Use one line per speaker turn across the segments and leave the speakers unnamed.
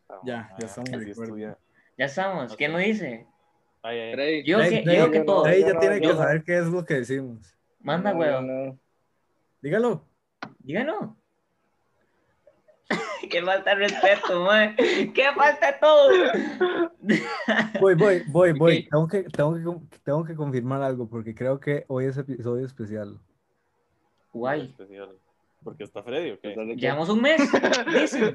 estamos.
Ya, ya estamos de
Así
acuerdo.
estudia.
Ya estamos. ¿Quién lo dice?
Ay, ay,
Freddy.
Yo
Ey,
que,
Freddy,
yo que
no,
todo.
Freddy ya
no,
tiene que
yo-
saber qué es lo que decimos.
Manda,
No,
huevo.
no, no.
Dígalo.
Díganos. Qué falta de respeto, man. Qué falta de todo.
Voy, voy, voy, voy.
Ok.
Tengo, que, tengo, que, con- tengo que confirmar algo porque creo que hoy es episodio especial.
Guay.
especial. Porque está Freddy, ¿ok?
Pues, dale,
Llevamos un mes. Dice.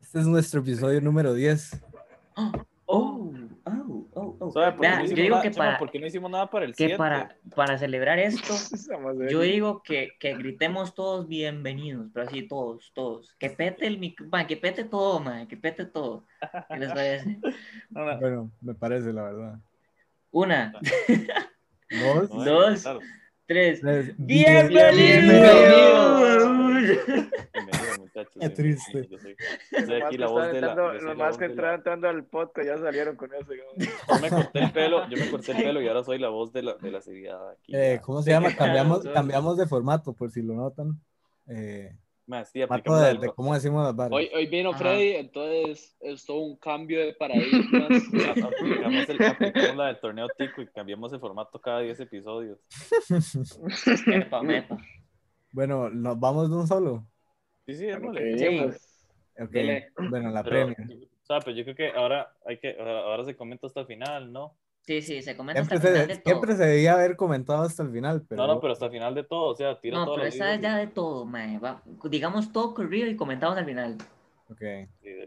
Este es nuestro episodio número 10.
Oh, oh, oh, oh.
¿Sabe por qué
Vea,
no
yo
hicimos
digo
nada?
que
Chema,
para,
¿Por qué no hicimos nada para el
que
7?
para, para celebrar esto,
Estamos ahí.
yo digo que, que gritemos todos bienvenidos, pero así todos, todos. Que pete el mic, ma, que pete todo, ma, que pete todo. ¿Qué les parece?
Bueno, me parece, la verdad.
Una,
Dos,
Pues No,
Dos.
claro.
tres.
tres.
¡Bienvenidos!
Bienvenido, muchachos.
Qué triste.
bienvenido, yo soy- yo soy
Nomás
aquí
que
la voz
están
de la.
entrando-
yo soy la
nomás
voz
que
de la-
entraron entrando al podcast, ya salieron con eso. digamos.
Yo me corté el pelo, yo me corté el pelo y ahora soy la voz de la, de la seriedad aquí.
Eh,
ya.
¿Cómo se llama? Cambiamos,
Dos.
cambiamos de formato, por si lo notan. Eh,
Más, sí,
formato
aplicamos
de,
algo.
de cómo decimos las barras.
Hoy, hoy vino
Ajá.
Freddy, entonces es todo un cambio de paradigmas.
Aplicamos, el, aplicamos la del torneo Tico y cambiamos el formato cada 10 episodios.
Epa, mepa.
Bueno, nos vamos de un solo.
Sí, sí,
A lo
démosle.
que
Sí.
vinimos.
Ok,
Dele.
Bueno, la
Pero,
premia.
o sea, pero yo creo que ahora hay que ahora ahora se comenta hasta el final, ¿no?
Sí, sí, se comenta hasta
Siempre
el final de
se,
todo.
siempre se debía haber comentado hasta el final, pero,
no, no, pero hasta el final de todo, o sea, tira
No,
todo
pero esa es ya de todo, mae. Va- digamos todo corrido y comentamos al final.
ok,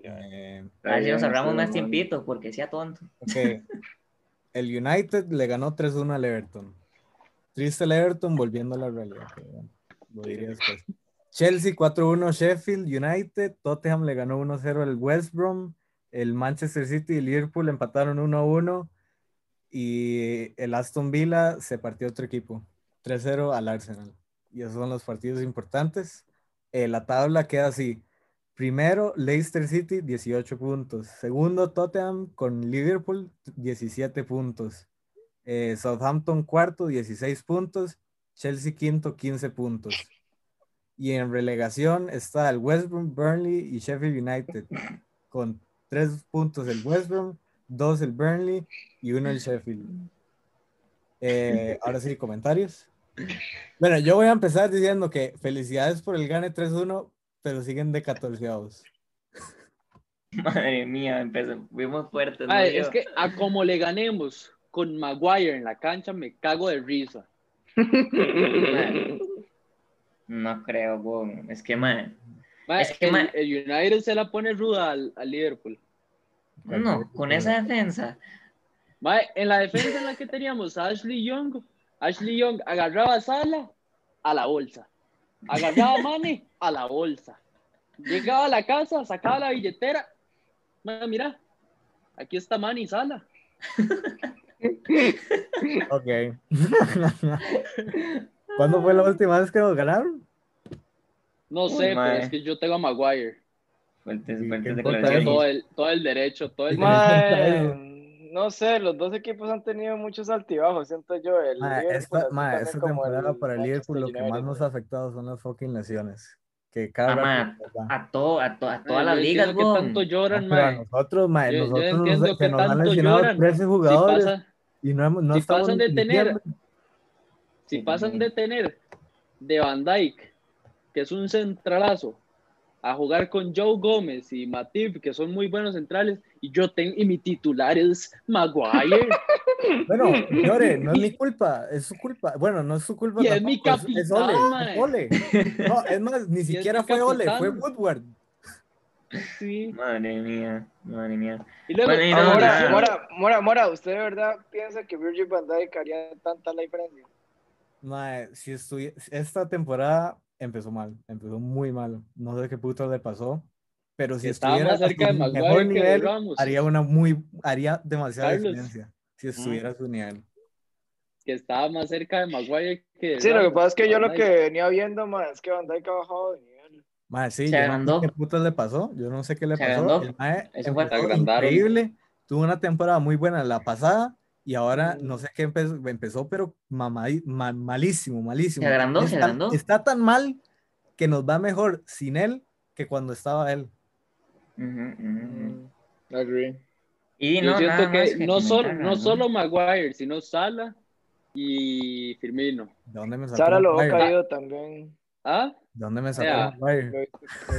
ya.
eh,
A ver si nos
Está bien,
ahorramos más
está bien.
tiempito, porque sea tonto.
ok. El United le ganó 3-1 al Everton. Triste el Everton volviendo a la realidad. pero bueno, lo diría después. Chelsea 4-1 Sheffield United. Tottenham le ganó 1-0 al West Brom. El Manchester City y Liverpool empataron 1-1. Y el Aston Villa se partió otro equipo. 3-0 al Arsenal. Y esos son los partidos importantes. Eh, la tabla queda así. Primero, Leicester City, 18 puntos. Segundo, Tottenham con Liverpool, 17 puntos. Eh, Southampton cuarto, 16 puntos. Chelsea quinto, 15 puntos. Y en relegación está el West Brom, Burnley y Sheffield United. Con 3 puntos el West Brom, 2 el Burnley y 1 el Sheffield. Eh, ahora sí, comentarios. Bueno, yo voy a empezar diciendo que felicidades por el gane 3-1, pero siguen de 14
Madre mía, empezó, fuimos fuertes. ¿no?
Ay,
Yo-
es que a como le ganemos con Maguire en la cancha, me cago de risa.
Mae, No creo, boom. Es que, mae,
Ma,
Es que,
el,
ma-
el United se la pone ruda al, al Liverpool.
no, con esa defensa.
Ma, en la defensa en la que teníamos a Ashley Young, Ashley Young agarraba a Sala a la bolsa. Agarraba a Mane a la bolsa. Llegaba a la casa, sacaba la billetera. Ma, mira, aquí está Mane y Sala.
Ok. ¿Cuándo fue la última vez que nos ganaron?
No sé,
ma.
pero es que yo tengo a Maguire.
Fuertes,
Sí,
fuertes
qué
Tengo
declaraciones.
importante.
todo el, todo el derecho, todo el
Sí, ma.
derecho.
Mae, no sé, los dos equipos han tenido muchos altibajos, siento yo. El
Ma,
Liverpool,
esta,
así
ma,
también
esta
como
temporada para el Liverpool lo que
Manchester
más nos ha
United.
afectado son las fucking lesiones. Que cada
Ah, ma,
rato nos da.
A, todo, a, to- a
Ma,
todas las
yo
ligas,
entiendo que
boom.
tanto
Ah,
lloran,
pero a
ma.
nosotros, ma,
Yo- yo
nosotros nos-
entiendo
que
que
nos han
tanto
lesionado
lloran.
13
Si
jugadores
pasa,
y no, hemos- no
si
estamos
pasan de
ni
tener-
diciembre.
si pasan de tener de Van Dyke, que es un centralazo, a jugar con Joe Gómez y Matip, que son muy buenos centrales, y yo tengo, y mi titular es Maguire,
Bueno, señores, no es mi culpa, es su culpa. Bueno, no es su culpa.
Y es mi
tampoco, es- es Ole,
capitán,
es Ole. No, es más, ni
es mi
siquiera fue Ole, fue
capitán.
Woodward.
sí.
Madre mía, madre mía.
Y luego,
Bueno, y no,
ahora,
nada.
Mora, Mora, Mora, Mora, ¿usted de verdad piensa que Virgil van Dijk haría tanta la diferencia?
Mae, si estuvi- esta temporada empezó mal, empezó muy mal. No sé qué puto le pasó, pero si
estaba
estuviera
más
a
cerca
su
de Maguire
mejor
que de
nivel,
pues
Ramos,
haría una muy, haría demasiada
Carlos.
diferencia si estuviera a su nivel.
que estaba más cerca de Maguire que de
Sí, lo que
Ramos,
pasa es que yo
Van
lo
Dijk.
que venía viendo, mae, es que Van Dijk ha bajado de nivel.
Mae, sí,
Se
yo no sé
agrandó.
qué putas le pasó, yo no sé qué le
Se
pasó.
agrandó.
El mae
Eso fue.
empezó
Se agrandaron.
increíble, tuvo una temporada muy buena la pasada y ahora
Mm.
no sé qué empezó, empezó pero mamadi- ma- malísimo, malísimo.
Se agrandó, se
está,
agrandó.
está tan mal que nos va mejor sin él que cuando estaba él.
Ujú, ujú,
Mm.
ujú.
Agree.
Y
Yo
no,
siento
nada más
que, no, solo,
comentarla,
no solo Maguire, sino Sala y Firmino.
¿De dónde me sacó?
Sara lo ha
Maguire?
caído también.
¿Ah?
¿De dónde me sacó?
Ya.
Maguire?
Lo-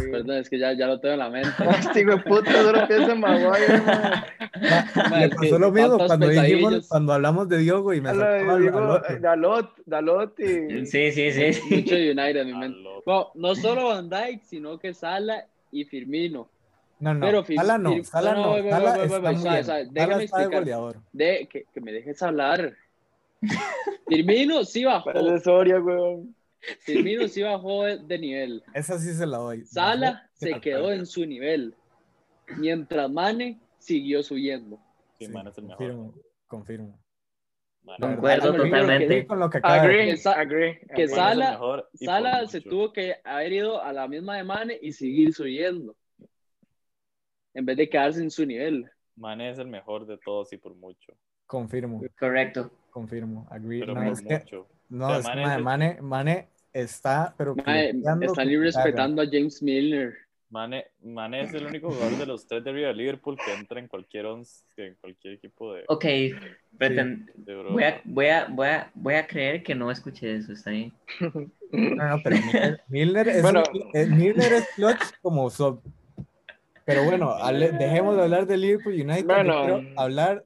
lo-
Perdón, es que ya, ya lo tengo en la mente.
Este hijo de puta solo piensa en Maguire, mae.
Ma,
Me
es que
pasó lo mismo
tantas
cuando, dijimos,
pesadillas.
cuando hablamos de Diogo y me
A
sacó
la-
al-
digo,
al otro.
Dalot, Dalot y.
Sí, sí, sí. sí.
Mucho United en mi mente.
Aló.
Bueno, no solo Van Dijk, sino que Sala y Firmino.
No, no,
Pero Fir-
Sala no,
Fir-
Sala
no,
no,
no, no,
Sala
no, no,
está
no,
muy
no,
bien.
o sea,
Sala
déjame
está de
explicar.
goleador.
De, que, que me dejes hablar. Firmino sí bajó.
Parece Soria, weón.
Firmino sí bajó de- de nivel.
Esa sí se la doy.
Sala
Sí,
se quedó en su nivel. Mientras Mane siguió subiendo.
Sí, man, es el mejor.
Confirmo, confirmo.
Man,
La verdad,
Concuerdo
confirmo lo que
totalmente.
digo Con lo que acaba de
Agree,
decir.
Sa-
agree.
que
agree.
Man es el
Sala-
mejor y por
Sala se
mucho.
tuvo que haber ido a la misma de Mane y seguir subiendo. En vez de quedarse en su nivel.
Man es el mejor de todos y por mucho.
confirmo,
Correcto.
confirmo. Agree.
Pero
No,
por
es que,
mucho.
no,
O sea,
es que,
Mane
madre,
es-
Mane, Mane está, pero
Mae,
piloteando
están
que
ir
te caga.
respetando a James Milner.
Mane, Mane es el único jugador de los tres de River Liverpool que entra en cualquier once, en cualquier equipo de,
Ok. preten-
de Europa.
Voy, a, voy, a, voy, a, voy a creer que no escuché eso, está bien.
No, no, pero Milner, Milner es,
Bueno.
eh, Milner es clutch como sub. Pero bueno, hable- dejemos de hablar de Liverpool United. yo
Bueno.
quiero hablar.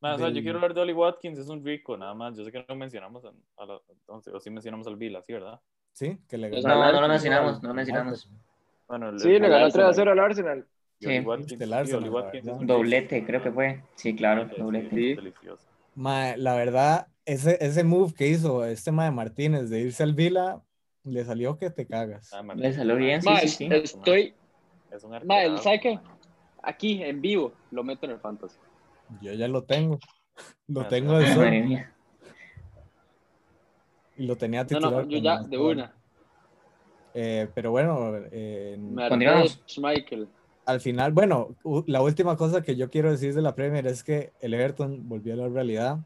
Nada, o sea, yo
del-
quiero hablar de Oli Watkins, es un rico, nada más. Yo sé que no mencionamos a, a la- entonces, o sí mencionamos al Vila, ¿sí, verdad?
Sí, que le
No,
ganó.
No, no
Arsenal,
lo mencionamos, no lo mencionamos.
Bueno, el-
Sí,
el-
le ganó
el-
3 a 0 al Arsenal.
y Oli
Sí.
Watkins,
Del
sí,
Arsenal,
Oli
la
Watkins
verdad.
es un
Doblete,
rico.
creo que fue. Sí, claro,
Sí,
doblete.
sí,
Sí.
delicioso.
Mae, la verdad, ese, ese move que hizo este Mae Martínez de irse al Vila, le salió que te cagas.
Ah, man,
Le salió bien, sí,
Mae,
sí, sí.
Estoy
Es un
Mae,
arquerazo,
¿sabe qué?
man.
aquí en vivo, lo meto en el fantasy.
Yo ya lo tengo. Lo
Ah,
tengo
sí.
de sub
Madre mía.
y lo tenía
No,
titular.
no, yo
con
ya
más
de
gol.
una.
Eh, pero bueno, eh,
Me arrepiento
Continuamos.
de Schmeichel.
al final, bueno, u- la última cosa que yo quiero decir de la Premier es que el Everton volvió a la realidad.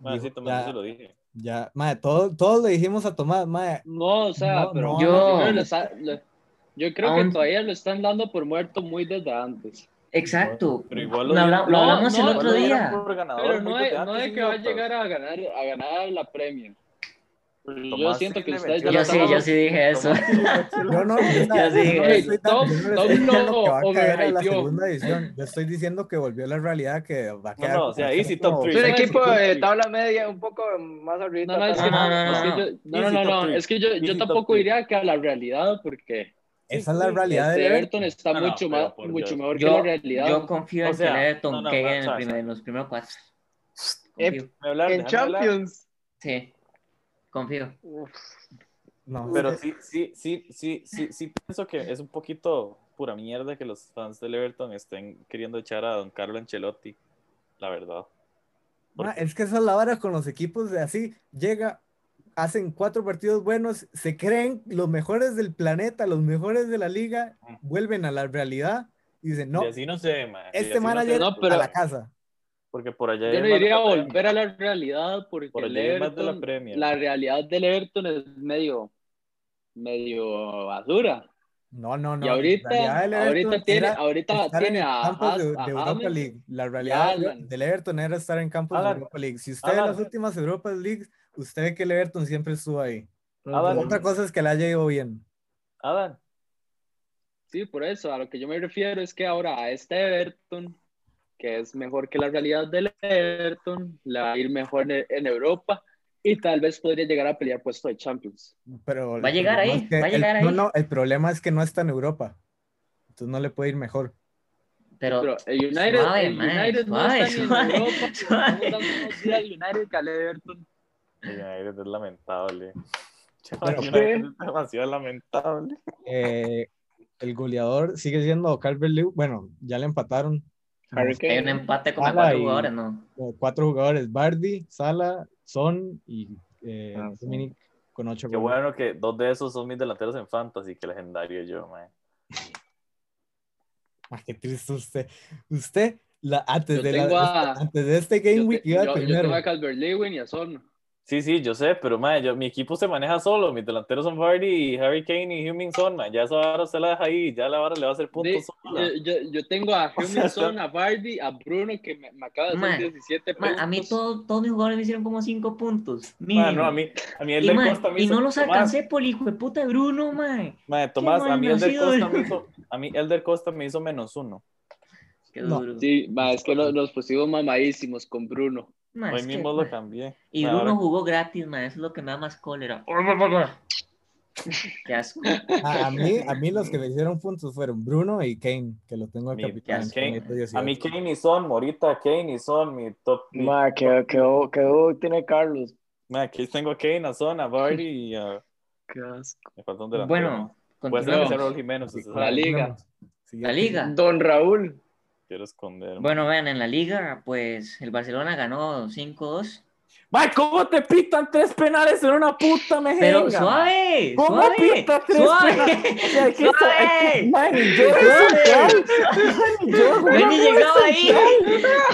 Man, sí,
Dijo,
Tomás, yo
ya,
se lo dije.
ya, mae, todo- todos le dijimos a Tomás, mae,
No, o sea,
No,
pero
no,
yo,
no.
creo que lo está- lo- yo creo que
Aún-
todavía lo están dando por muerto muy desde antes.
Exacto.
Pero igual
Lo, habla-
dieron-
lo hablamos
No, no,
el otro
lo dieron
día.
por ganador
Pero
muy
no es,
desde
no
antes,
es que va a
idiotas.
llegar a ganar, a ganar la premia. Yo
Tomás
siento que
le
ustedes
metió
ya
la
lo
Yo
Pero
sí,
están
estamos-
yo sí dije eso.
Yo no, yo,
Ya sí,
yo no le estoy
Tom-
yo no le
Tom
estoy diciendo
no
que va a caer a la
overhypeó.
segunda edición. Yo estoy diciendo que volvió a la realidad que va a
No,
quedar.
no, o sea,
como-
easy top
Es un
three.
equipo de tabla media, un poco más arriba.
No, no, es que,
No, no, no,
es que yo, no, no,
Easy
no,
top
no,
three.
es que yo, yo
Easy top
tampoco
three.
diría que a la realidad porque
Esa es la realidad
este
de
Everton está
No, no,
mucho,
pero
más,
por
mucho
Dios.
mejor que la
Yo,
realidad.
yo confío
O
en
sea,
que el Everton
no, no,
quede en, el
o sea,
primer-
o sea.
en los primeros cuatro.
Eh,
Confío.
Me hablar,
En
déjame hablar.
Champions.
Sí, confío.
Uf,
No,
Pero
es-
sí, sí, sí, sí, sí, sí pienso que es un poquito pura mierda que los fans del Everton estén queriendo echar a Don Carlo Ancelotti, la verdad.
ma, Ah, es que esa es la vara con los equipos de así. Llega, hacen cuatro partidos buenos, se creen los mejores del planeta, los mejores de la liga, vuelven a la realidad y dicen, no,
Y así no se, man. Y
este
así no
manager
se-
No, pero-
a la casa.
porque por allá
Yo
es
no
más de
diría
la Premier.
volver a la realidad porque
Por
el
allá es más de la
Everton,
Premier.
la realidad del Everton es medio, medio basura.
No, no, no.
y
la realidad
ahorita,
del
ahorita
Everton
tiene,
era
ahorita
estar
tiene
en
a,
campos de,
Haas-
de
a
Europa
James.
League. La realidad
Haaland.
del Everton era estar en campos de
Alan,
Europa League. Si usted ve
Alan.
las últimas Europa League, usted ve que el Everton siempre estuvo ahí.
Ah,
Alan.
Otra cosa es que le haya ido bien.
Adam,
Sí, por eso, a lo que yo me refiero es que ahora a este Everton, que es mejor que la realidad del Everton, le va a ir mejor en, en Europa y tal vez podría llegar a pelear puesto de Champions.
Pero
Va a
el
llegar
problema
ahí,
es que
va a
el-
llegar
No,
ahí.
no, el problema es que no está en Europa. Entonces no le puede ir mejor.
Pero
Pero
el United,
Suave,
el
man, suave,
United no está ni
suave,
en Europa.
suave.
Estamos dando más vida al United que al Everton.
United es lamentable.
Pero-
United es demasiado lamentable.
Eh, el goleador sigue siendo Calvert Lewin. Bueno, ya le empataron
Harry
hay un em-
Kane.
empate como de
Ala
cuatro
y-
jugadores, ¿no?
como cuatro jugadores: Bardi, Sala, Son y eh,
Ah, sí.
Dominic con ocho
Qué
goles.
bueno que dos de esos son mis delanteros en Fantasy, que legendario yo, man.
Ma, Ah, qué triste usted. Usted, la, antes,
Yo
de la-
tengo a-
antes de este Game
Yo,
Week
te-
iba
yo- yo
primero.
tengo a Calvert Lewin y a Son.
Sí, sí, yo sé, pero mae, yo- mi equipo se maneja solo. Mis delanteros son Vardy, Harry Kane y Heung-Min Son, mae. Ya esa vara usted la deja ahí. Ya la vara le va a hacer
De-
puntos sola.
eh,
yo, yo- yo tengo a
sea,
Hamilton, a Bardi, a Bruno, que me, me acaba de hacer
Man,
17
Ma,
puntos.
a mí todo- todos mis jugadores me hicieron como 5 puntos.
Mae,
mínimo.
no, a mí, a mí el
y,
del
ma,
Costa me
y
hizo-
no los
Tomás,
alcancé por el hijo de puta de Bruno, man.
mae, Tomás, a mí el del
malnacido.
Costa me hizo, a mí el del Costa me hizo menos uno.
Qué
No.
duro.
Sí, ma, es que lo- los pusimos mamadísimos con Bruno.
Ma,
Hoy
Ah, es que,
mismo
ma,
lo cambié.
Y
Ma,
Bruno
ahora-
jugó gratis, man. Eso es lo que me da más cólera. Qué asco.
A, a mí, a mí los que me hicieron puntos fueron Bruno y Kane, que lo tengo a
Mi-
capitán.
Kane.
A mí Kane y Son, Morita, Kane y Son, mi top. mi-
Ma, quedó, quedó, quedó, tiene Carlos.
Ma, aquí tengo a Kane, a Son, a Vardy y a...
Qué asco.
Me falta un delantero.
Bueno,
Puede ser que
continuamos.
sea Raúl Jiménez, se
la
sabe.
liga.
La liga.
Don Raúl.
Quiero esconder.
Bueno, vean, en la liga, pues el Barcelona ganó 5-2.
Ma, ¿cómo te pitan tres penales en una puta mejenga?
Pero suave,
¿Cómo
suave,
pita tres
suave,
penales? ¿Qué
suave.
Ma, ni yo
Suave.
yo
No he ni llegado ahí,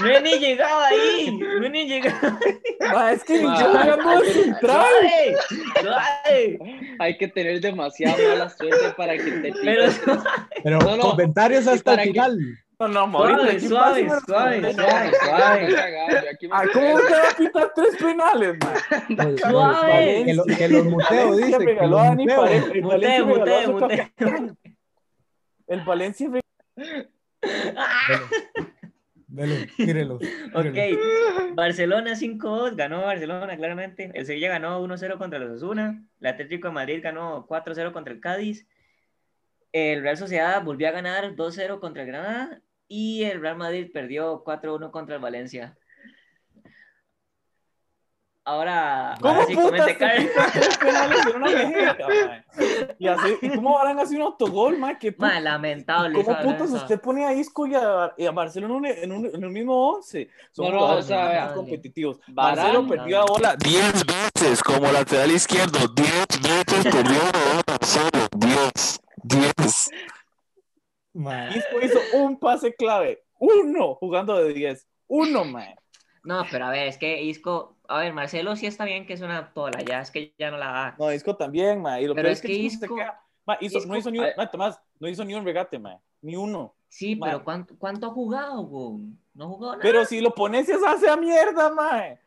no he ni llegado ahí, no he ni llegado.
Ma, Ah, es que ni
Ma,
yo jugando de central.
Suave, suave,
Hay que tener demasiada mala suerte para que te piten.
pero
Pero
No, no.
comentarios hasta
¿Para
el
qué?
final.
No, no, Morita,
suave,
¿qué
suave,
pasa?
No,
suave,
no, no,
suave,
no,
suave.
cagado, yo aquí me
Ah, ¿Cómo te va a pitar tres penales, ma?
Oye,
Suave.
oye, Pues, Que, lo- que los muteo,
Valencia
dice. que
regaló
los
a Dani
muteo.
Parejo. El
Mutee,
Valencia
mutee,
regaló a su
mutee.
cap- El Valencia regaló
Velo, tírelo. tírelo.
Ok, Barcelona 5-2, ganó Barcelona claramente. El Sevilla ganó 1-0 contra los Osasuna. El Atlético de Madrid ganó 4-0 contra el Cádiz. El Real Sociedad volvió a ganar 2-0 contra el Granada. Y el Real Madrid perdió 4-1 contra el Valencia. Ahora,
¿Cómo
ahora sí
putas
comente
te
Carlos.
pitan tres penales en una mejenga, ma? Y así, ¿y cómo harán así un autogol, ma? ¿Qué puta
Ma, lamentable.
¿Cómo
esa
putas
verdad,
usted pone a Isco y a, y a Marcelo en un, en un- en un mismo once? Son
No, no,
jugadores
o sea,
más
vale.
competitivos.
Varane,
Marcelo perdió la bola
10 veces como lateral izquierdo, 10 veces perdió la bola solo, 10, 10.
Ma,
Isco hizo un pase clave. Uno jugando de 10. Uno, man.
No, pero a ver, es que Isco, a ver, Marcelo sí está bien que es una tola, ya es que ya no la da.
No, Isco también, man. Y lo
Pero
peor
es
es que,
que
Isco se
Isco-
queda- ma, hizo-
Isco-
no hizo ni un, ma, Tomás, no hizo ni un regate, man. Ni uno.
Sí,
Ma.
pero ¿cuánto, cuánto ha jugado, güey? No ha jugado nada.
Pero si lo pones, es hace a mierda, man.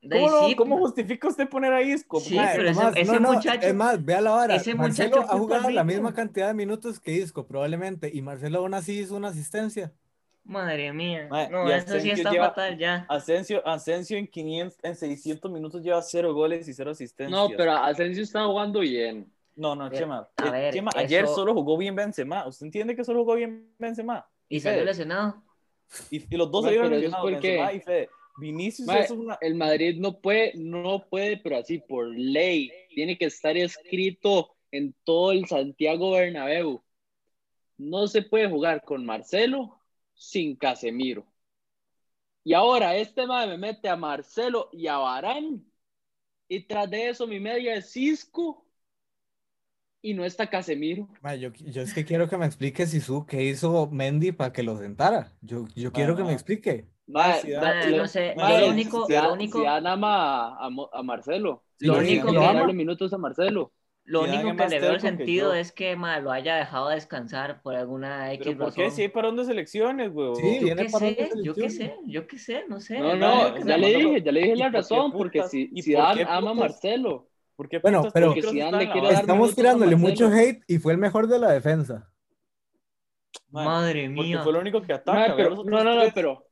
De-
¿Cómo, lo-
sí,
cómo
pero-
justifica usted poner a Isco?
Sí,
ma?
Mae,
pero ese-
además,
ese muchacho-
es más, vea la vara.
ese
Marcelo
muchacho
ha
ocupa
jugado la
ritmo.
misma cantidad de minutos que Isco, probablemente. Y Marcelo aún así hizo una asistencia.
Madre mía.
Ma,
no,
y
eso sí
Asensio
está
lleva-
fatal ya.
Ah, Asensio, Asensio en, 500, en 600 minutos lleva cero goles y cero asistencias.
No, pero Asensio está jugando bien.
No, no,
Ve-
Chema.
a
eh,
ver,
Chema, ayer
eso-
solo jugó bien Benzema. ¿Usted entiende que solo jugó bien Benzema?
Y salió
Fede.
lesionado.
Y, y los dos
Ma,
salieron
pero eso es
lesionados,
porque-
Benzema y Fede. Vinicius
Ma,
es una...
El Madrid no puede, no puede, pero así por ley. Tiene que estar escrito en todo el Santiago Bernabéu. No se puede jugar con Marcelo sin Casemiro. Y ahora este madre me mete a Marcelo y a Barán. Y tras de eso mi media es Cisco. Y no está Casemiro.
Mae, yo, yo es que quiero que me explique Sisu qué hizo Mendy para que lo sentara. Yo, yo quiero que me
Ajá.
explique.
Madre,
Zidane-
da-
Ma,
lo-
no sé,
Ma,
yo
lo
lo único,
Zidane-
lo único,
Zidane ama a, a Mo- a Marcelo.
Sí,
lo
yo-
Tiene
único
que
yo-
que-
darle minutos a Marcelo.
lo
Zidane
único
es
que
más
le veo el
terco que
sentido
yo.
es que ma, lo haya dejado descansar por alguna X
¿Pero por qué?
razón.
Si hay parón de selecciones, güey.
Sí,
Yo
viene
qué
para
sé,
una
yo qué sé,
selección.
yo qué sé, no sé.
No,
Eh, no,
no,
no,
ya le
no, no.
dije, ya le dije
¿Y
la
por qué
razón, porque
putas?
si
¿Y por
Zidane
qué
ama a
putas?
Marcelo.
¿por qué
Bueno,
putas
pero-
Porque
Porque
Zidane
Zidane le
está
quiere
en la
dar-
hora?
Estamos
minutos a
tirándole mucho
Marcelo.
hate y fue el mejor de la defensa.
Ma,
Madre
Porque
mía.
fue lo único que ataca.
Ma,
vea
pero-
los otros
no, no, no,
tres.
pero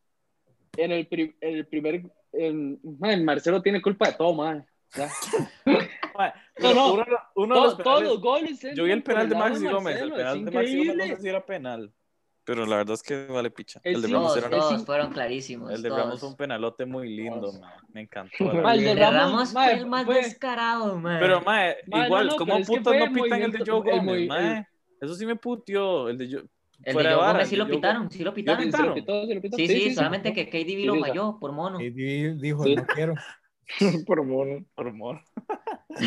en el, pri- en el primer, en- ma, Marcelo tiene culpa de todo, man.
Ma,
No, no.
uno de los- uno de los
todos
penales-
los goles. entran
Yo vi el
por
penal de
lado
Maxi Gómez. El
Marcelo,
penal
es
de Maxi Gómez no
increíble.
sé si era penal. Pero la verdad es que vale picha.
Es
El de
sí,
Ramos
Todos,
era
no,
todos
sí.
fueron clarísimos.
El de
todos.
Ramos fue un penalote muy lindo,
Todos.
man. Me encantó. la
Ma,
verdad.
el de
El de Ramos,
Ramos,
fue
ma,
el más
fue-
descarado, man.
Pero, mae,
Mae,
igual,
no, no,
¿cómo
pero es que
putas
fue
no pitan el de
movimiento-
Joe
el
Gómez,
movi-
mae? Eso sí me putió. El de Joe.
el de
fuera de
Joe
vara,
Gómez
el
sí
de
lo
Joe
pitaron, sí lo
Sí,
pitaron.
sí,
pitaron?
lo pitó, sí, lo pitó.
Sí, sí, solamente
sí.
que KDB
Sí,
lo
sí,
mayó por mono.
Y di- dijo,
Sí.
no quiero.
Por mono.
Por amor.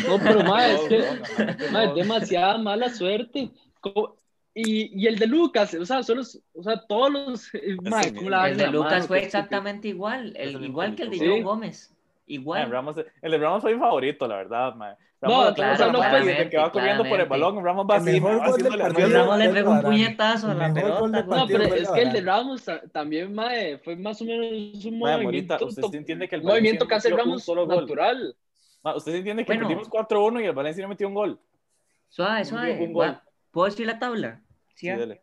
No, pero ma, es que
No,
ma,
no,
es demasiada mala suerte. Como- Y, y el de Lucas, o sea, solo, o sea, todos los. eh, ma,
Ese
¿cómo la
mismo.
dan
El de
la pues,
Lucas
mano?
fue
Qué estúpido.
exactamente igual, el-
Ese mismo
igual que el de
pelito.
Joe
Sí.
Gómez.
Mae,
Igual.
Ramos- el de Ramos fue mi favorito, la verdad, mae.
No,
Ramos la
claro,
clase, mae,
claramente,
desde que va corriendo por el
claramente.
balón, Ramos va
El
así,
mejor
mae, va
gol del
haciéndole
partido.
la mierda.
Ramos le
Ramos
pegó un
Varane.
puñetazo a la
El mejor gol
pelota.
del
güey.
No,
partido
pero
fue
es
la
que el de
vara.
Ramos ta- también, mae, fue más o menos un
Mae,
movimiento,
Morita, usted sí entiende que el
un movimiento
Valencia
que hace
metió un
Ramos
solo gol.
natural.
Mae, usted sí entiende que
Bueno.
perdimos 4-1 y el Valencia no metió un gol.
Suave,
dio
suave.
un gol.
Va, ¿Puedo decir la tabla? Sí,
Sí,
ah.
dele.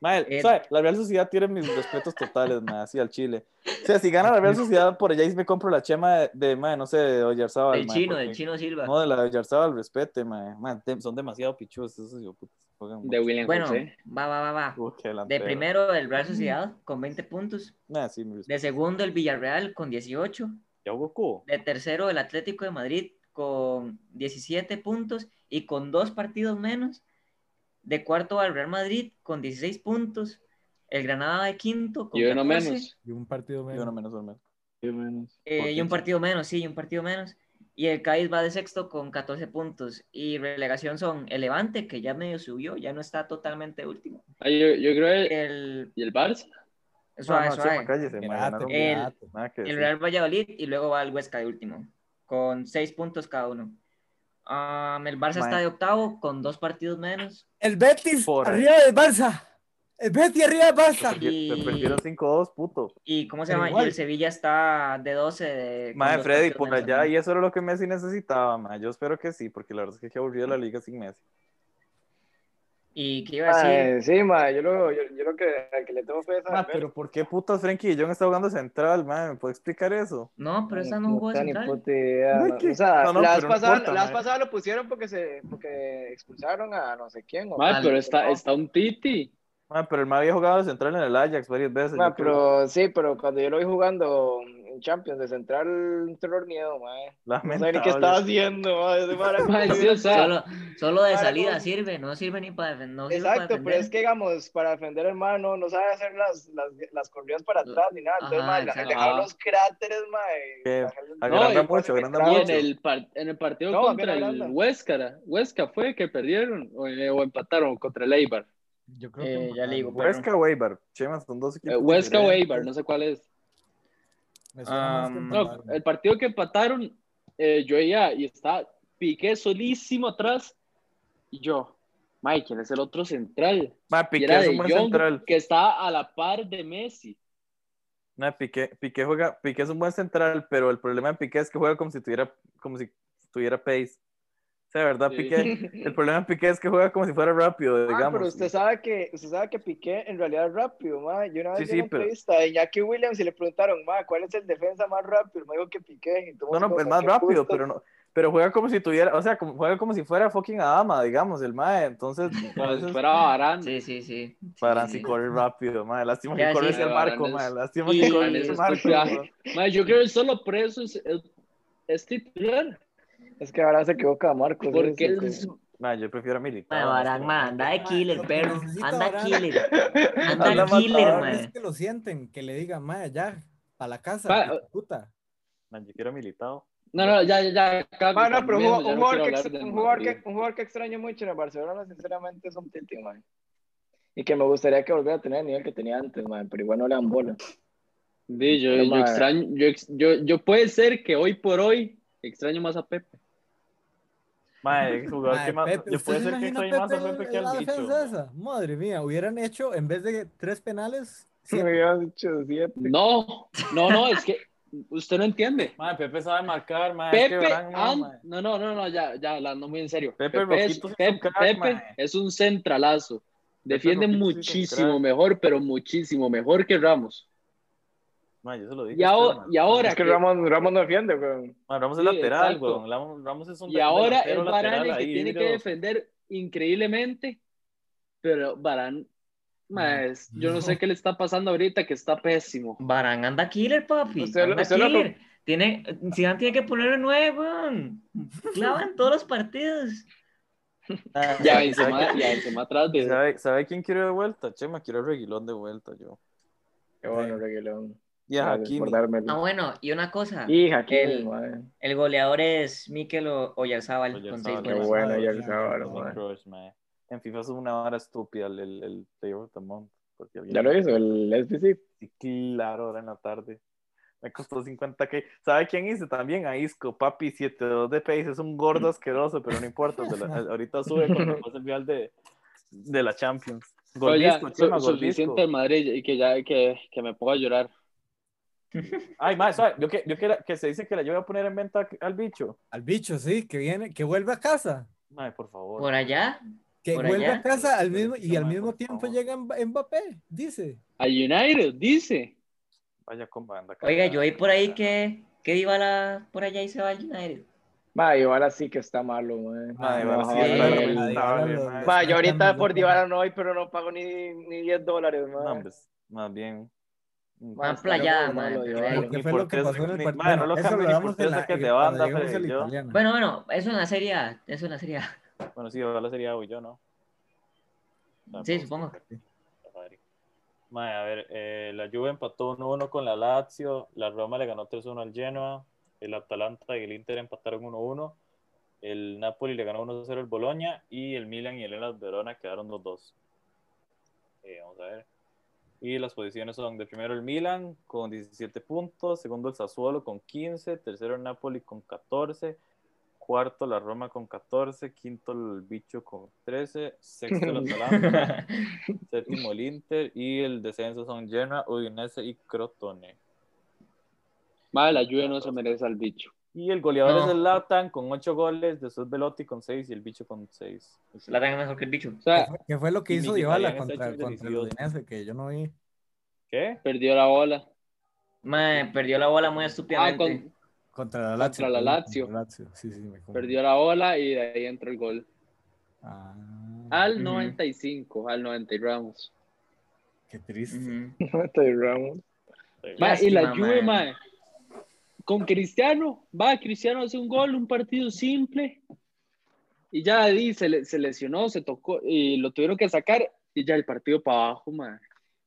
Mae,
Eh,
¿sabe? La Real Sociedad tiene mis respetos totales, mae, así al Chile. O sea, si gana la Real Sociedad por allá, me compro la chema de, de mae, no sé, de Oyarzábal.
Del
mae,
chino,
porque-
del chino Silva.
No, de la de Oyarzábal, respete, mae. Mae, de- son demasiado pichudos esos hijoputas, juegan
De
mucho.
William
Bueno,
José.
va, va, va, va.
Uy, qué
De
delantero.
primero el Real Sociedad con 20 puntos.
Mae, sí, mi respeto.
De segundo el Villarreal con 18.
Ya hubo cubo.
De tercero el Atlético de Madrid con 17 puntos y con dos partidos menos. De cuarto al Real Madrid con 16 puntos. El Granada de quinto con
Y uno
14.
menos.
Y un partido menos.
Yo no menos o menos.
Eh,
Por
y un
pinche.
partido menos, sí, y un partido menos. Y el Cádiz va de sexto con 14 puntos. Y relegación son el Levante, que ya medio subió, ya no está totalmente último.
Ah, Yo, yo creo que...
El,
¿Y el Barça?
No,
suave,
no,
suave,
Chema, cállese, mae,
Pirate,
ganaron-
El-
pirate.
nada que
el
decir.
Real Valladolid y luego va el Huesca de último, con 6 puntos cada uno. Am, el Barça
Mae.
está de octavo con dos partidos menos.
El Betis
Por-
arriba del Barça. El Betis arriba del Barça.
Perdi-
Y-
Te perdieron 5-2, puto.
¿Y cómo se
Pero
llama?
igual.
Y el Sevilla está de 12. de- con
Madre
dos
Freddy,
partidos
por
menos
allá,
también.
y eso era lo que Messi necesitaba, mae. Yo espero que sí, porque la verdad es que qué aburrida la liga sin Messi.
¿Y qué iba a decir?
Mae, sí, mae, yo lo, yo, yo lo que, al que le tengo fe es a
Ah, pero ¿por qué putas Frankie de Jong está jugando central, man? ¿Me puede explicar eso?
No, pero esa no
Ni
jugó de
puta, ni
central.
puta idea,
Ay,
no.
qué-
O sea,
No, no,
las
pero no
pasadas,
importa,
las
mae.
pasadas lo pusieron porque se porque expulsaron a no sé quién. o-
Mae,
Vale.
pero está, está un titi.
Ah, pero el man había jugado de central en el Ajax varias veces.
Mae,
yo creo.
pero sí, pero cuando yo lo vi jugando en Champions de central, un terror miedo, eh. mae. No sabía ni qué
Lamentable.
estaba haciendo, mae. ese mae era-
Mae, sí, o sea,
Solo, solo de
Para
salida
no-
sirve, no sirve ni para defender. No sirve para
Exacto, pero
defender.
es que digamos, para defender hermano, no sabe hacer las, las, las corridas para atrás ni nada. Entonces,
Ajá,
mae, la-
exacto.
dejaba unos cráteres, mae.
Que
La gente-
agranda
No, y
mucho,
parece que
agranda
trae-
Y
mucho.
en
Ah,
el, par- en el partido
No,
contra
mira,
el
Holanda.
Huesca, Huesca fue que perdieron o, o empataron contra el Eibar.
Yo creo que
Eh, ya le digo,
empataron.
Huesca o Eibar. Chema, son dos equipos.
Eh, Huesca o
diferentes.
Eibar, no sé cuál es.
Me suena más que
Um,
No,
empataron.
el partido que empataron, eh, yo ya, y está Piqué solísimo atrás, y yo, Mike, ¿quién es el otro central?
Ma,
Y
Piqué
era
es
de
un buen
Jong,
central.
que está a la par de Messi.
Ma, Piqué, Piqué juega, Piqué es un buen central, pero el problema de Piqué es que juega como si tuviera, como si tuviera pace. O sea, de verdad,
Sí.
Piqué, el problema de Piqué es que juega como si fuera rápido,
Ah,
digamos.
pero usted sabe que usted sabe que Piqué en realidad es rápido, ma. Yo una vez
Sí,
vi
sí,
una
pero-
entrevista de Jackie Williams y le preguntaron, ma, ¿cuál es el defensa más rápido? Me dijo que Piqué. Y todo
No,
el
no,
mundo,
es más
qué
rápido,
justo.
pero no. Pero juega como si tuviera, o sea, como, juega como si fuera fucking Adama, digamos, el mae. Entonces, a
Como si
veces
fuera Varane.
Sí, sí, sí. Sí,
para
sí,
si
sí.
corre rápido, mae. Lástima
Ya,
que
sí.
corre ese
Mae,
marco,
Varane es-
mae. Lástima
y-
que corre ese
es
marco.
estúpido.
mae.
Mae, yo creo que solo por eso es, es, es titular,
Es que ahora se equivoca Marcos.
porque
es
es-
Mae, yo prefiero a Militar.
Mae, Barán, mae, anda de killer,
Lo que
perro.
necesita
Anda de
Varane.
killer. Anda
Anda
de killer,
matador.
Es
mae.
que lo sienten, que le digan, mae, ya, para la casa,
Pa-
hijo de puta.
Mae, yo quiero a Militao.
no, no, ya, ya, ya, cambio,
Ma, no, pero
cambiemos,
un,
ya
un
no
jugador
quiero
que,
hablar de
un, jugador que,
Madrid.
un jugador que extraño mucho en el Barcelona, sinceramente, es un Titi, ma. Y que me gustaría que volviera a tener el nivel que tenía antes, ma, pero igual no le dan bola.
Sí, yo,
Pero,
yo
mae.
extraño, yo, ex- yo, yo puede ser que hoy por hoy extraño más a Pepe.
Mae, el jugador
Mae,
que más.
Pepe,
Yo
¿usted
puede
se
ser que
imagina
soy más
Pepe
a Pepe
en
que
la
al bicho.
defensa esa? Madre mía, hubieran hecho, en vez de tres penales,
Me
siete.
hubieran dicho siete.
No, no, no, es que usted no entiende.
Mae, Pepe sabe marcar, mae. Ah, es que
Pepe,
Varane no,
an-
mae.
no, no, no, no, ya, ya, hablando muy en serio.
Pepe
es,
Rojitos es
Pep-
un crack,
Pepe
mae.
es un centralazo. Defiende
Rojitos es un
muchísimo
crack.
mejor, pero muchísimo mejor que Ramos.
Mae, yo se lo dije.
Y,
a usted,
aho-
mae.
y ahora,
Es que
que-
Ramos, Ramos no defiende, weón.
Mae, Ramos es
Sí,
lateral,
exacto.
weón. Ramos, Ramos es un
y ahora es
delantero
Varane
lateral
que
ahí,
tiene que
híbrido.
defender increíblemente, pero Varane, maes, yo no sé qué le está pasando ahorita, que está pésimo.
Barán, anda killer, papi.
Usted lo-
anda
usted lo-
killer. Tiene, Zidane tiene que ponerlo nuevo, weón. Clava en todos los partidos.
Ya
¿sabe
Benzema,
qué?
ya Benzema atrás de...
¿Sabe, sabe quién quiero de vuelta? Chema, quiero a Reguilón de vuelta yo.
Qué bueno, Reguilón.
Y a
Vale,
Hakimi.
por dármelo.
Ah, bueno, y una cosa.
Y Hakimi,
El-
madre.
El goleador es Mikel O- Oyarzabal con seis
Oyarzabal,
Qué
Bueno,
goles.
bueno, ya
ya,
el sábado,
Es
eh.
mi
madre.
crush, mae. En FIFA es una vara estúpida el, el, el Player of the Month. Porque alguien-
Ya lo hizo el SBC.
Sí, claro, ahora en la tarde. Me costó 50k. ¿Sabe quién hice también? A Isco, papi 72 de pace. Es un gordo asqueroso, pero no importa. se lo- ahorita sube cuando pase el final de, de la Champions.
Oiga,
Goldisco, Chema,
su- suficiente
goldisco.
de Madrid y que ya que, que me ponga a llorar.
Ay, más, yo que, yo que, la- que se dice que la yo voy a poner en venta al bicho.
Al bicho, sí, que viene, que vuelve a casa.
Mae, por favor.
Por allá,
Que
Por
vuelve
allá.
a casa al mismo, y
Pero,
al
mae,
mismo
por
tiempo
favor.
llega Mb- Mbappé, dice.
Al United, dice.
Vaya con banda.
oiga,
cagada.
yo oí por ahí que, que iba la, por allá y se va al United.
Ma, Dybala sí que está malo, mae.
Mae,
No,
Dybala sí
joder.
está
eh,
lamentable,
Dybala,
mae.
Ma, yo ahorita
Está
por
cambiando.
Dybala no voy, pero no pago ni, ni 10 dólares, mae.
No, hombre, más bien.
Ma,
Más
está
playada,
muy
mae,
malo Dybala.
playada.
¿Qué
ni
fue
por
lo que
qué
pasó en el
ni-
partido?
mae, no lo
eso
cambien
lo
ni
damos
por
en
qué
la,
saques de
cuando
banda,
lleguemos
Freddy,
a la
yo.
italiana.
Bueno, bueno, eso en la Serie A, eso en la Serie A.
Bueno, sí, ojalá sería hoy, yo no.
Sí, supongo.
Mae, a ver, eh, la Juve empató 1-1 con la Lazio, la Roma le ganó 3-1 al Genoa, el Atalanta y el Inter empataron 1-1, el Napoli le ganó 1-0 al Boloña y el Milan y el Hellas Verona quedaron 2-2. Eh, vamos a ver. Y las posiciones son de primero el Milan con 17 puntos, segundo el Sassuolo con 15, tercero el Napoli con 14, cuarto la Roma con 14, quinto el Bicho con 13, sexto el Atalanta, séptimo el Inter y el descenso son Genoa, Udinese y Crotone.
Madre, la lluvia no se merece al bicho.
Y el goleador
No.
es el Latan con 8 goles, después Velotti con 6 y el Bicho con 6.
La tenga mejor que el bicho.
O sea,
¿Qué fue- ¿Qué fue lo que
Y
hizo
Mkhitaryan
Dybala
está
contra,
hecho
contra el
delicioso.
Udinese? Que yo no vi.
¿Qué?
perdió la bola.
Mae, perdió la bola muy
Ah,
estúpidamente.
con-
Contra la Lazio.
Contra la
perdón,
Lazio.
contra la Lazio. Sí, sí, me confundí.
perdió la bola y de ahí entró el gol.
Ah,
Al
Ujú.
95, al 90 y Ramos.
qué triste.
Ujú.
Estoy Ramos.
Ma, y la
Lástima,
Juve,
mae.
mae, Con Cristiano, va, Cristiano hace un gol, un partido simple. Y ya di, se, le- se lesionó, se tocó y lo tuvieron que sacar y ya el partido para abajo, mae.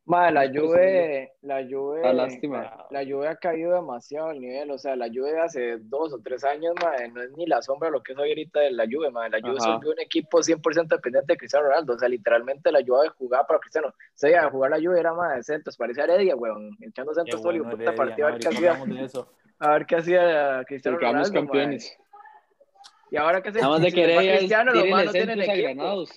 Ma, la
Entonces,
Juve, la Juve,
La lástima.
Ah,
la Juve ha caído demasiado el nivel, o sea, la Juve de hace dos o tres años, ma, no es ni la sombra de lo que es hoy ahorita de la Juve, ma, la Juve
Ajá.
se volvió un equipo 100% dependiente de Cristiano Ronaldo, o sea, literalmente la Juve jugaba para Cristiano, o sea, a jugar la Juve era más de centros, parecía Heredia, weón, echando
qué
centros todo el
bueno,
puta
Heredia,
partido, a ver, qué
ahorita
hacía,
hablamos de eso.
a ver qué hacía Cristiano
Porque vamos
Ronaldo, ma.
campeones.
y ahora que se,
Nada más de
se fue
querer
Cristiano, los más no tienen
a
equipo,
Granados.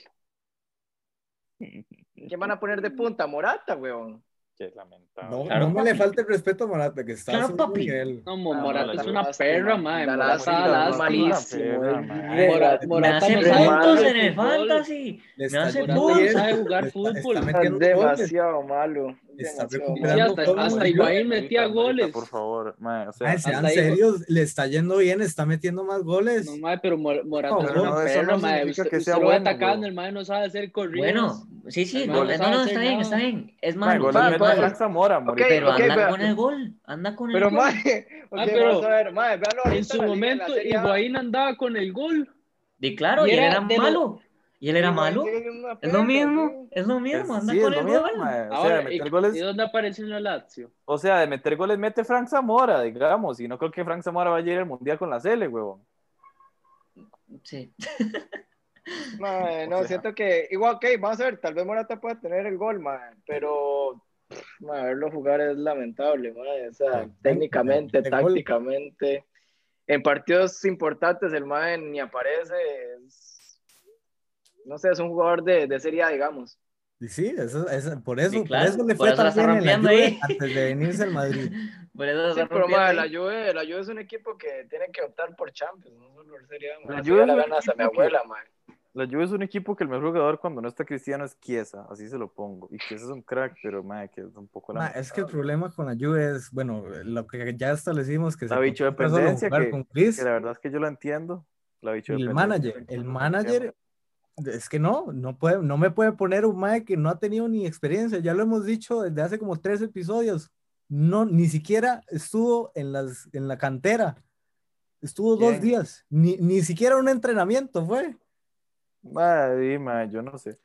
¿quién van a poner de punta? Morata, weón.
Qué lamentable.
No,
Claro,
no me
papi.
le falta el respeto a Morata, que está
Claro,
a su mismo
papi.
nivel.
No, mo-
Ah,
Morata
la
es
Juve.
una perra, mae.
La
Morata
lástima,
da
la
lástima.
malísimo,
lástima,
el
mae.
re-
Mora-
Me
Morata
hace
no sabe jugar
puntos en
al
el
fútbol.
fantasy.
Le
Me hace
Morata
puntos.
no
bien,
sabe jugar
le está-
fútbol.
Está
Es
metiendo goles.
demasiado malo.
Está
Demasiado
Sí,
recuperando
malo.
hasta,
todo
hasta
el
Higuaín
nivel.
metía
Ahorita, ahorita,
goles.
Por favor, mae, o sea, ah,
Mae, sean
hasta ahí-
serios, le está yendo bien, está metiendo más goles.
No, mae, pero Mor- Morata
Por
es
favor.
una
No, eso
perra,
no
mae.
significa
Usted,
que sea
usted lo va
bueno,
atacando,
bro.
el mae no sabe hacer corridos.
Bueno, sí, sí,
El
no,
man no
no,
sabe
no,
hacer
está bien,
nada.
está bien. Es
mae,
más,
gol
mae,
mete
mae.
Frank Zamora, morita.
Ok,
pero
ok,
anda
pero-
con el gol, anda con el
Pero,
gol.
mae, ok,
Ah, pero
vamos a ver, mae, véalo ahorita
En su
la liga,
momento,
la Serie A.
Higuaín andaba con el gol.
Y claro,
Y
y, él
era
era
de lo-
malo. Y él era
Higuaín
malo.
sigue siendo una
Es lo
perra,
mismo,
güey.
es lo mismo, anda
Pues Sí, es
con
lo
el
mismo,
gol.
mae, o sea,
Ahora,
de
¿y,
meter
y
goles,
dónde apareció la Lazio?
o sea, de meter goles mete Frank Zamora, digamos, y no creo que Frank Zamora vaya a ir al mundial con la Sele, huevón.
Sí.
Mae, no,
O sea.
siento que. Igual, ok, vamos a ver, tal vez Morata pueda tener el gol, mae, pero. pff, Mae, verlo jugar es lamentable, mae, o sea, técnicamente,
de gol.
tácticamente. En partidos importantes, el mae ni aparece. es- No sé, es un jugador de, de serie A, digamos.
Y sí, eso, eso- por eso,
Sí,
por
claro,
eso le
por
fue
eso la
tan
está
bien en la
rompiendo
Juve
ahí.
antes de venirse al Madrid.
Por eso
Sí,
está
pero
rompiendo
madre,
ahí.
la Juve, la Juve es un equipo que tiene que optar por Champions, no solo por Serie A. madre.
La
Así
Juve
ya
es
la
un
gana hasta mi
equipo que-
abuela, madre.
La Juve es un equipo que el mejor jugador cuando no está Cristiano es Chiesa, así se lo pongo. Y Chiesa es un crack, pero mae, que es un poco
Ma,
la
es que el problema con la Juve es, bueno, lo que ya establecimos que
La bicho
concentra solo en
dependencia
jugar
que-
con Chris
que la verdad es que yo lo entiendo. La bicho
y el
dependencia.
manager. El manager es que no, no puede, no me puede poner un mae que no ha tenido ni experiencia. Ya lo hemos dicho desde hace como tres episodios. No, ni siquiera estuvo en las, en la cantera. Estuvo dos
¿Quién?
días. Ni, ni siquiera un entrenamiento fue.
Mae, mae, yo no sé.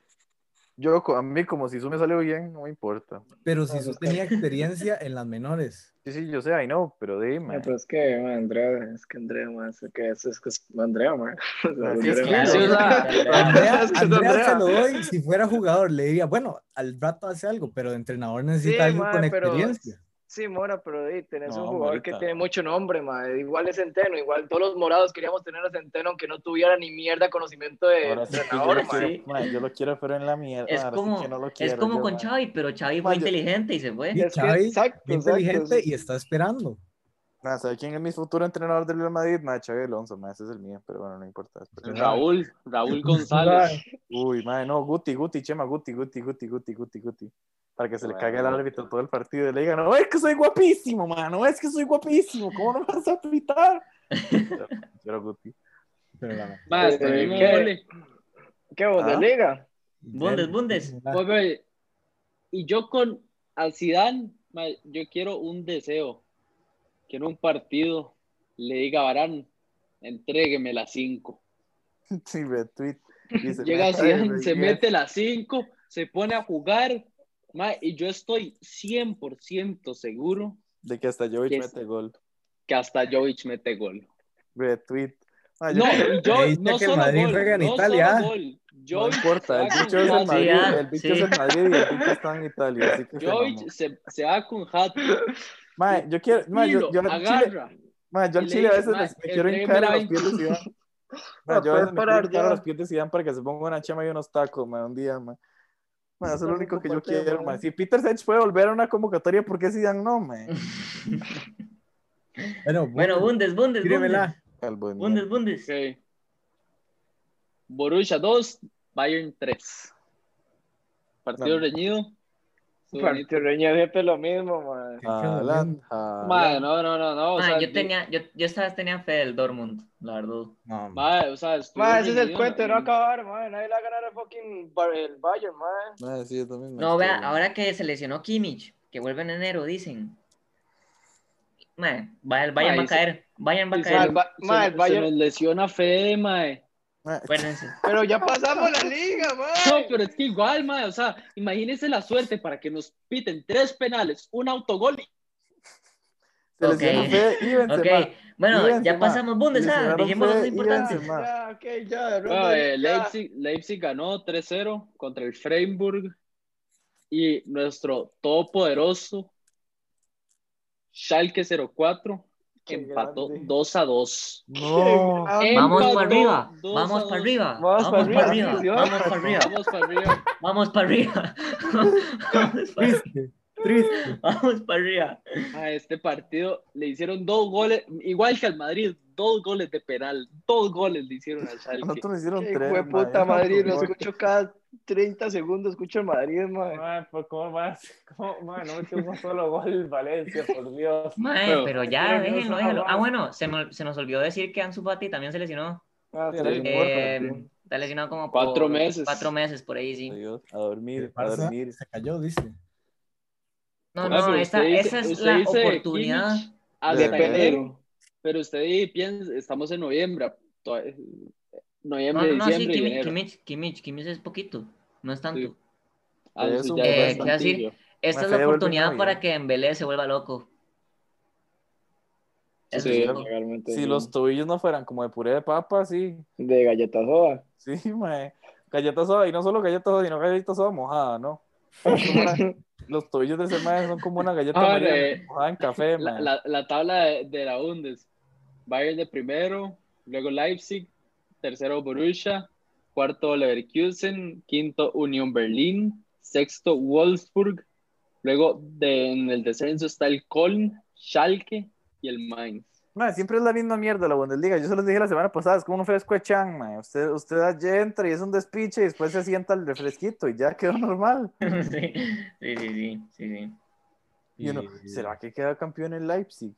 Yo, co- a mí, como si eso me salió bien, no me importa.
Pero
No,
si
no
su
está.
tenía experiencia en las menores.
Sí, sí, yo sé, I know, pero dime.
No, pero es que, madre, Andrea, es que Andrea, madre, es que eso es que es Andrea, madre. Es
Así es,
Andrea,
claro.
madre.
Ah,
Andrea,
Es que es
Andrea
Andrea.
se lo doy. Si fuera jugador, le diría, bueno, al rato hace algo, pero de entrenador necesita
Sí,
alguien
mae,
con
pero-
experiencia.
Sí, Mora, pero ahí tenés
No,
un jugador
Morita.
que tiene mucho nombre, mae. Igual es Centeno, igual todos los morados queríamos tener a Centeno, aunque no tuviera ni mierda conocimiento de
Ahora sí que yo,
entrenador,
lo
mae.
quiero, mae, yo lo quiero, pero en la mierda.
Es
ahora sí
como,
que no lo
es
quiero
como
yo,
con
mae.
Xavi, pero Xavi fue
Mae, yo-
inteligente y se fue.
Sí,
Es que-
Xavi,
exacto,
fue
exacto,
inteligente
sí.
y está esperando.
Mae, ¿Sabe quién es mi futuro entrenador del Real Madrid? Mae, Xavi Alonso, mae, ese es el mío, pero bueno, no importa. es porque-
Raúl, Raúl González.
Uy, mae, no, Guti, Guti, Chema, Guti, Guti, Guti, Guti, Guti, Guti. Para que se le
Bueno.
cague el árbitro todo el partido y le diga, no, es que soy guapísimo, mano, es que soy guapísimo, ¿cómo no me vas a pitar? Pero, pero Guti.
Pero la-
Más,
Eh,
tenemos
¿qué?
goles.
¿Qué
Ah,
Bundesliga?
Bundes, Bundes.
Voy, voy. Pues, Y yo con al Zidane, ma, yo quiero un deseo. Quiero un partido. Le diga a Barán, entrégueme las 5.
Sí, retweet. Dice,
Llega
"Mae,
Zidane, se
yes".
mete las 5, se pone a jugar. ma, y yo estoy 100% seguro
De que hasta Jovic
Yes.
mete gol.
que hasta Jovic mete gol.
Retweet. Mae, yo
No,
creo-
y yo
Me dice
no
que
solo
Madrid
gol,
juega en
no
Italia.
solo gol.
No
Jovic
importa, el
se va
bicho
con
es el
hat-trick.
Madrid,
Zidane,
el bicho
sí.
es el Madrid y el bicho está en Italia, así que se mamó.
Jovic se, se va con hat.
Mae, yo quiero, mae, yo, yo al Chile,
agarra.
mae, yo al
y le
Chile a
dice,
veces me,
"Mae,
me quiero
entrégueme
hincar
la
a los pies de
veinte".
Zidane.
Para
Ma, yo a veces me
parar
quiero hincar a
ya.
los pies de Zidane para que se ponga una chama y unos tacos, ma, un día, ma. Ma, eso es lo
Tampoco
único que yo
partido,
quiero,
ma.
ma. Si Peter Sech puede volver a una convocatoria, ¿por qué Zidane no, ma?
Bueno, Bundes,
Bueno, Bundes, Bundes, Bundes.
tíremela.
Calvo de mierda.
Bundes, Bundes.
Ok. Borussia 2, Bayern 3. Partido
No.
reñido. Estuvo bonito.
Partido reñido siempre lo mismo, mae.
Haaland, Haaland.
Madre, no, no, no, no. o
Ah,
sea,
yo tenía, yo, yo esta vez tenía fe del Dortmund, la verdad.
No,
madre, o sea, estuvo
Mae, ese es el
reñido,
cuento, de no
y-
acabar, mae. Nadie le va a ganar a fucking Bar- el Bayern, mae.
Ma, sí, es lo mismo.
No, vea,
Estoy-
ahora que se lesionó Kimmich, que vuelve en enero, dicen. Mae, va- el Bayern
Mae,
va a
se-
caer. Bayern va a
y se-
Mae,
caer.
el Ba-
se-
mae, el Bayern-
Se nos lesiona Fede, mae.
Ma,
Acuérdense.
Pero ya pasamos la liga,
No,
mae.
pero es que igual, mae, o sea, imagínense la suerte para que nos piten tres penales, un autogol
se lesionó
Ok.
Fede y Benzema.
Ok, bueno,
Benzema.
ya pasamos Bundes, ah,
Lesionaron
dijimos lo
Fede y
importante.
Benzema.
Ya, ok, ya,
Bueno,
Ronald,
eh,
ya.
Leipzig, Leipzig ganó 3-0 contra el Freiburg y nuestro todopoderoso Schalke 04
Qué
empató
grande.
2 a 2.
No.
Vamos para
Empató
arriba,
dos
vamos
a
para
dos.
arriba,
Vamos
vamos
para
para
arriba,
arriba,
sí,
vamos para arriba,
Vamos para arriba.
vamos para arriba, vamos para arriba,
Triste, triste.
vamos para arriba.
A este partido le hicieron dos goles, igual que al Madrid, dos goles de penal, dos goles le hicieron al
A
Schalke.
Nosotros nos hicieron
Qué
tres.
hijo de
ma,
puta
yo no
Madrid, lo
puedo.
escucho cada 30 segundos, escucho el Madrid, mae.
Mae, pues, ¿cómo más? ¿Cómo, mae, no metió un solo gol el Valencia, por Dios.
Mae,
Pero-
pero ya,
Pero que no
déjenlo,
se
déjenlo. Ah,
aguanta.
bueno, se, me- se nos olvidó decir que Ansu Fati también se lesionó.
Ah,
Pero
sí.
no importa,
Eh,
sí.
está lesionado como
Cuatro
por
meses.
Cuatro meses por ahí, sí.
Adiós, A dormir,
El
a
Barça
dormir.
Se cayó, dice.
No,
Ah,
no,
pero
esa,
usted dice-
esa es
usted
la
dice
oportunidad.
Kimmich hasta
De
Depende.
enero.
Pedro.
Pero usted ahí piensa, estamos en noviembre, to- eh,
No,
noviembre,
no, no, sí,
diciembre y
Kimmich,
enero.
Kimmich, Kimmich, Kimmich es poquito, no es tanto.
Sí. Ah,
Pero
eso
es un
ya
buen
es
Eh, ¿qué
decir?
tantillo.
Esta
Mae,
es la
Fede vuelve en
oportunidad
Navidad.
para que Embele se vuelva loco. Eso
Sí, ¿eh?
es
yo-
todo.
realmente.
Si
sí.
los tobillos no fueran como de puré de papa, sí.
De galletas soda.
Sí, mae. Galletas soda, y no solo galletas soda, sino galletas soda mojada, ¿no? Es como una- los tobillos de ese mae son como una galleta
Ahora,
María
eh,
mojada en café,
La,
mae.
la- la tabla de, de la Bundes. Bayern de primero, luego Leipzig, tercero Borussia, cuarto Leverkusen, quinto Unión Berlín, sexto Wolfsburg, luego de- en el descenso está el Köln, Schalke y el Mainz.
Mae, siempre es la misma mierda la Bundesliga. Yo se los dije la semana pasada, es como un fresco de chan, mae. Usted, usted allá entra y es un despiche y después se sienta el refresquito y ya quedó normal.
Sí, sí, sí, sí, sí, sí.
Y uno,
Y-
¿será que queda campeón en Leipzig?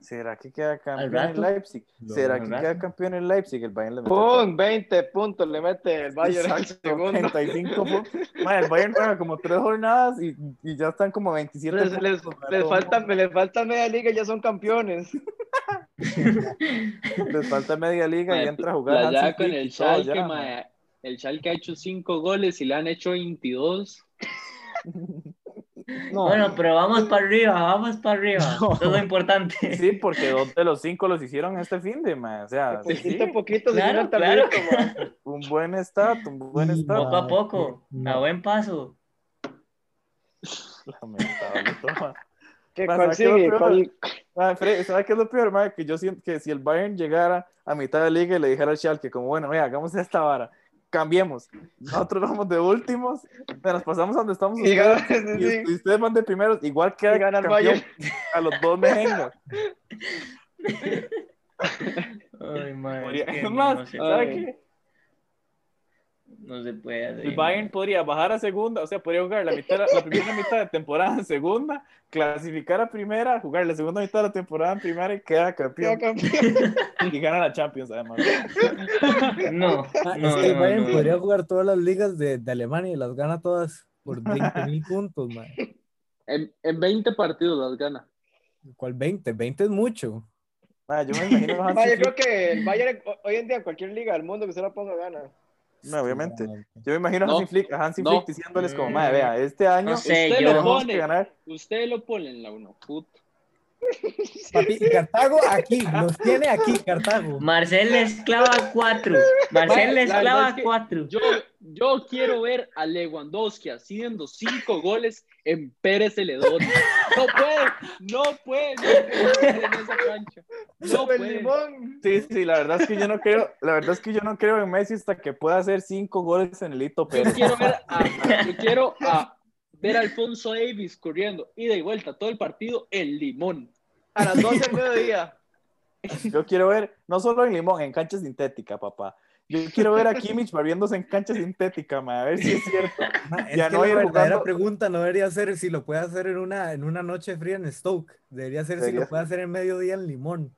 ¿Será que queda campeón
rato.
en Leipzig?
Lo-
¿Será
al
que
rato.
queda campeón en Leipzig? El Bayern le mete
¡Pum! 20 puntos le mete el Bayern al
Exacto,
segundo.
35 puntos. Madre, el Bayern juega como tres jornadas y, y ya están como 27
Les, les,
puntos, madre,
les
todo
falta, les falta media liga y ya son campeones.
mundo. les falta media liga y
Mae,
entra a
la
jugar.
llave
Hansi
con
Flick
el
y todo,
Schalke,
ya,
mae. El Schalke ha hecho cinco goles y le han hecho 22.
No,
Bueno, pero vamos para arriba, vamos para arriba.
No.
Eso es lo importante.
sí, porque dos de los cinco los hicieron este fin de mae, O
Ah,
sea, sí,
Poquito pues. a poquito se
Claro,
llena el tablero,
claro.
mae.
un buen stat, un buen
Sí,
stat.
Poco a poco,
No.
a buen paso.
Lamentable, toma.
¿Qué
Mae, ¿sabe qué es lo
consigue?
peor?
¿Cuál-
Mae, Fred, ¿Sabes qué es lo peor, mae? Que yo siento que si el Bayern llegara a mitad de liga y le dijera al Schalke, como bueno, vea, hagamos esta vara, cambiemos. Nosotros vamos de últimos, se nos pasamos a donde estamos
Y
ustedes,
gana,
y,
sí,
y ustedes van de primeros, igual queda
Y gana el
campeón
Bayern.
a los dos mejengas.
Ay, madre.
Podría-
Es que
Es
no,
más,
no se,
¿sabe
puede,
qué?
no se puede hacer.
El Bayern podría bajar a segunda, o sea, podría jugar la, mitad, la primera mitad de temporada en segunda, clasificar a primera, jugar la segunda mitad de la temporada en primera y queda
queda
campeón.
campeón.
Y gana la Champions, además.
No,
Ah,
no,
es que el
no,
Bayern
no.
podría jugar todas las ligas de, de Alemania y las gana todas por 20 mil puntos, man.
En, en 20 partidos las gana.
¿Cuál 20? 20 es mucho.
Mae, yo me imagino a Hansi
Mae, yo
Flick-
creo que el Bayern ho- hoy en día, en cualquier liga del mundo que se la ponga, gana.
No, obviamente. Yo me imagino a
No,
Hansi Flick, a Hansi
no.
Flick diciéndoles como,
Mm.
madre, vea, este año
No sé,
Usted
yo-
lo
tenemos que
pone,
ganar.
usted lo pone en la uno, puta.
Papi, y Cartago aquí, los tiene aquí, Cartago.
Marcel les clava cuatro. Marcel
Bueno,
les
la verdad
clava
es que
cuatro.
Yo, yo quiero ver a Lewandowski haciendo cinco goles en Pérez Celedón. No puede, no puede, no puede en esa cancha. No
Sube el
puede.
limón.
Sí, sí, la verdad es que yo no creo, la verdad es que yo no creo en Messi hasta que pueda hacer cinco goles en el hito
Yo
Pérez.
quiero ver a, yo quiero a ver a Alfonso Davis corriendo ida y vuelta todo el partido en Limón.
A las 12 del mediodía.
Yo quiero ver, no solo en Limón, en cancha sintética, papá. Yo quiero ver a Kimmich barriéndose en cancha sintética, madre, a ver si es cierto.
Ma, es
Ya
que
no
la
ir
verdadera
jugando.
pregunta no debería ser si lo puede hacer en una, en una noche fría en Stoke. Debería ser si
Debería
lo puede hacer en mediodía en Limón.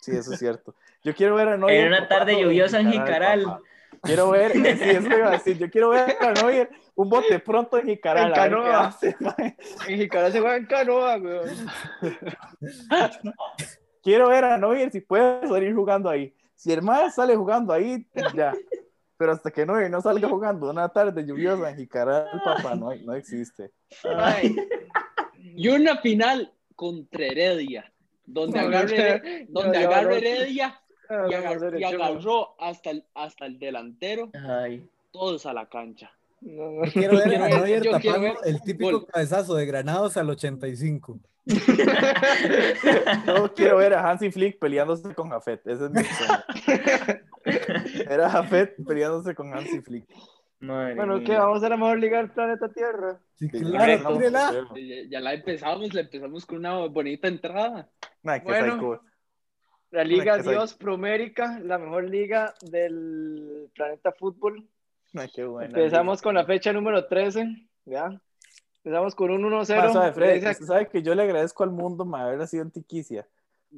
Sí, eso es cierto. Yo quiero ver a Neuer.
En una tarde
jugando
lluviosa en Jicaral.
papá. Quiero ver, sí, eso iba a decir. Yo quiero ver a Neuer un bote pronto en Jicaral.
En
a ver qué
canoa.
hace, mae.
En Jicaral se juega en canoa, weón.
quiero ver a Neuer si puede salir jugando ahí. Si el mae sale jugando ahí, ya. Pero hasta que Neuer no salga jugando una tarde lluviosa en Jicaral, papá, no, no existe.
Mae,
Y una final contra Heredia, donde
No,
agarre,
no,
donde
no,
agarre
no.
Heredia
Ah,
y, agar- y
no, no, no.
agarró hasta el, hasta el delantero,
Ay.
todos a la cancha.
No, no.
Quiero ver
quiero
a
ver-
Neuer
yo quiero
tapando
ver
el
un
típico
gol.
cabezazo de Granados al 85.
Yo quiero ver a Hansi Flick peleándose con Jafet. Ese es mi sueño. Era Jafet peleándose con Hansi Flick.
Madre
Bueno,
mía.
¿qué? Vamos a la mejor liga del planeta Tierra.
Sí,
Sí,
claro,
no,
tírela.
no,
Ya, ya la empezamos, la empezamos con una bonita entrada.
Mae, qué
Bueno.
psycho.
La Liga
que soy-
Dios Promérica, la mejor liga del planeta fútbol.
Mae, qué buena
Empezamos
liga.
con la fecha número 13, ¿ya? Empezamos con un
Mae, Ah, sabe,
1-0.
Fred,
Esa-
usted sabe que yo le agradezco al mundo mae, haber sido en Tiquicia.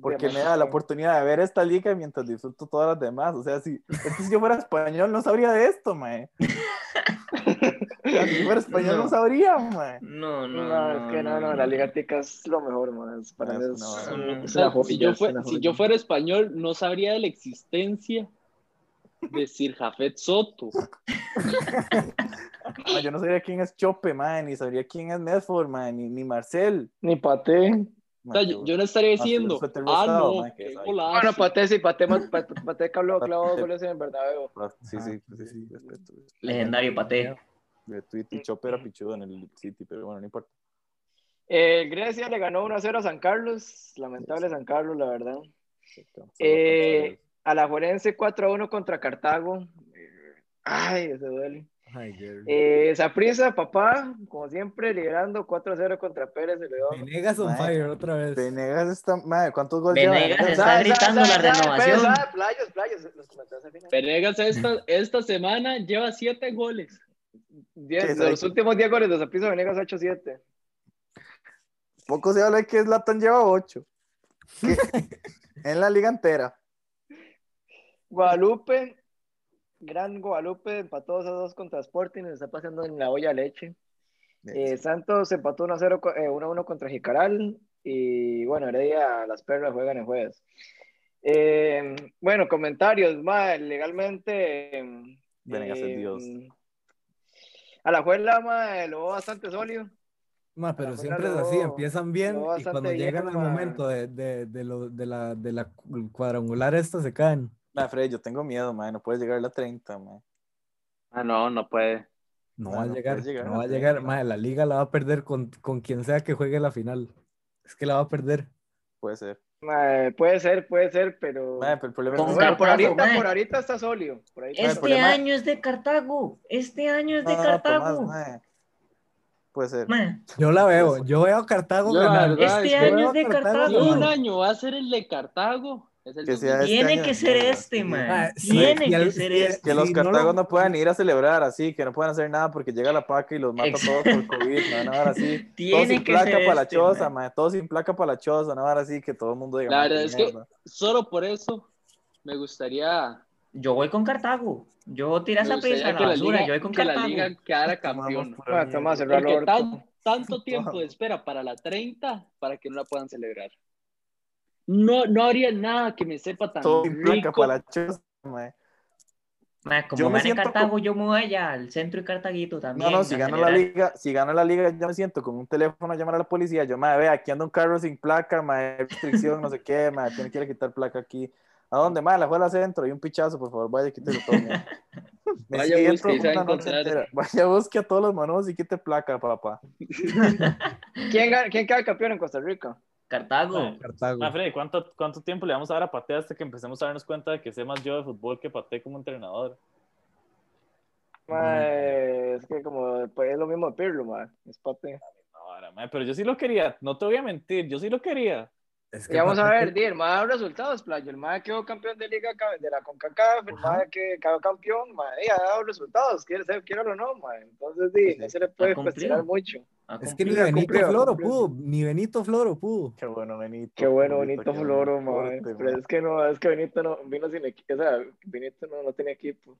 porque me da la
Demasiado.
oportunidad de ver esta liga mientras disfruto todas las demás. O sea, si, es que si yo fuera español no sabría de esto, mae. si fuera español no,
No.
sabría, mae.
No, no,
No, es que no, no, la Liga Tica es lo mejor, man. es- Para
No,
mí
es
es,
una
No, no.
es una joya,
si, yo
es
fue-
una
si
joya.
yo fuera español, no sabría de la existencia de Sir Jafet Soto.
Mae, Yo no sabría quién es Chope, mae, ni sabría quién es Medford, mae, ni, ni Marcel.
Ni Paté.
O sea,
Mae,
yo,
qué-
yo no estaría
sí,
diciendo,
el suéter
ah,
rosado,
no,
man, que
qué
sabe".
golazo".
Bueno,
pues-
Paté sí, Paté, más- Paté, Paté Cablo clavó goles en el verdadero.
Sí, sí, pues
Ah,
sí, sí,
sí.
respeto.
Legendario Pate.
De tweet y Chope era pichudo en el City, pero bueno, no importa.
Eh, Grecia le ganó 1-0 a San Carlos, lamentable San Carlos, la verdad.
Solo
Eh, A la Juerense 4-1 contra Cartago. Eh, Ay, se duele.
Ay, Jerry.
Eh, Saprissa, papá, como siempre, liderando 4-0 contra Pérez de León.
Venegas on
Mae.
fire otra vez.
Venegas está, mae, ¿cuántos goles lleva? Ah,
Venegas
Venegas?
está gritando la renovación.
Playos, playos, los comentarios al final.
Venegas esta, esta semana lleva siete goles.
Diez-
Sí,
de
sí.
los últimos 10 goles de Saprissa, Venegas ha hecho 7.
Poco se habla de que Zlatan lleva 8. en la liga entera.
Guadalupe, gran Guadalupe, empató 2 a 2 contra Sporting, le está pasando en la olla de leche. Eh, Santos empató 1 a 0, co- eh, 1 a 1 contra Jicaral. Y bueno, Heredia, las perlas juegan el jueves. Eh, bueno, comentarios, mae, legalmente. em,
Venegas es
em,
Dios.
mm,
A la juela, mae, lo veo bastante sólido.
Ma,
la
pero
juega
siempre es
lo-
así, empiezan bien
lo
y
bastante
cuando
bien,
llegan al
ma.
momento de, de, de lo- de la, de la cu- cuadrangular esta se caen.
Nah, Fred, yo tengo miedo, man. No puedes llegar a la 30, man.
Ah, no, no puede.
No
Ma,
va a
Ah, no
llegar,
puede llegar
no
a
va a
la
llegar,
final.
ma, la liga la va a perder con, con quien sea que juegue la final. Es que la va a perder.
Puede ser.
Mae, puede ser, puede ser,
Pues,
pero.
Mae, pero el problema
Bueno,
es
Con-
que-
por ahorita,
mae.
por ahorita está sólido. Por ahí-
Mae,
Este
problema-
año es de Cartago. Este año es de
Ah,
Cartago.
Tomás, mae. Puede ser.
Man,
Yo la veo. Yo veo a Cartago
Yo, la
ganar.
verdad,
Yo
Este
veo
año
a
es de
Si
Cartago.
un
ganar.
año va a ser el de Cartago. Es el
Que sea
2020.
este
tiene
año
que
es
ser
mierda, Ah,
este,
sí.
man.
Mae, sí,
tiene
y
que
al-
ser
y-
este.
Que los
Sí, no lo-
cartagos no, puedan ir a celebrar así, que no puedan hacer nada porque llega la PACA y los mata
Ex-
todos por COVID, ¿no? Una vara así. Todos
Tiene
sin
que
placa
ser
para la
este,
choza,
man.
mae, todos sin placa para la choza, una vara así que todo el mundo diga.
La
mae,
verdad
qué
es que-
mierda.
Solo por eso me gustaría,
Yo voy con Cartago. Yo tiré
me
esa pizza
gustaría
a la
que, la
basura.
liga,
Yo voy con
que la
Cartago.
liga quedara
Tomamos
campeona.
pura
Mae,
mierda.
toma a cerrar
Porque
el orto.
tan- tanto tiempo de espera para la 30 para que no la puedan celebrar. No, no habría nada que me sepa tan
Todo sin placa
rico.
para la choza, mae.
Mae, como
Yo me
gane
siento
Cartago, yo me voy allá al centro y Cartaguito
No,
también.
no, si
a
gano la
celebrar.
liga, si gano la liga, yo me siento con un teléfono a llamar a la policía. Yo, madre, vea, aquí anda un carro sin placa, madre, restricción, no sé qué, madre, tiene que ir a quitar placa aquí. ¿A dónde, madre? La juega al centro y un pichazo, por favor, vaya, quítelo todo. mae. Me
Vaya,
siento
busque y se va a
una noche
encontrar.
entera. Vaya, busque a todos los manos y quite placa, papá.
¿Quién, gana- quién queda campeón en Costa Rica?
Cartago.
Cartago.
Ah, Freddy, ¿cuánto, ¿cuánto tiempo le vamos a dar a Pate hasta que empecemos a darnos cuenta de que sé más yo de fútbol que Pate como entrenador?
Mae, es que como pues, es lo mismo de Pirlo, mae. Es parte.
No, ahora, mae, pero yo sí lo quería, no te voy a mentir, yo sí lo quería.
Es que
Y vamos a
Patate-
ver, di, el mae da resultados, playo. El mae quedó campeón de liga ca- de la CONCACAF, el
Ajá.
mae que quedó campeón, mae, y ha dado resultados, quiere ser, quiera o no, mae. Entonces, di, no se le puede
cumplido.
cuestionar mucho.
A
Es que
cumplir.
ni Benito
cumplido,
Floro
cumplido.
pudo. Ni Benito Floro pudo.
Qué bueno, Benito.
Qué bueno,
Benito,
bonito
qué
Floro,
bueno.
mae.
Corte,
Pero
mae.
es que no, es que Benito no vino sin equipo, o sea, Benito no, no tiene equipo.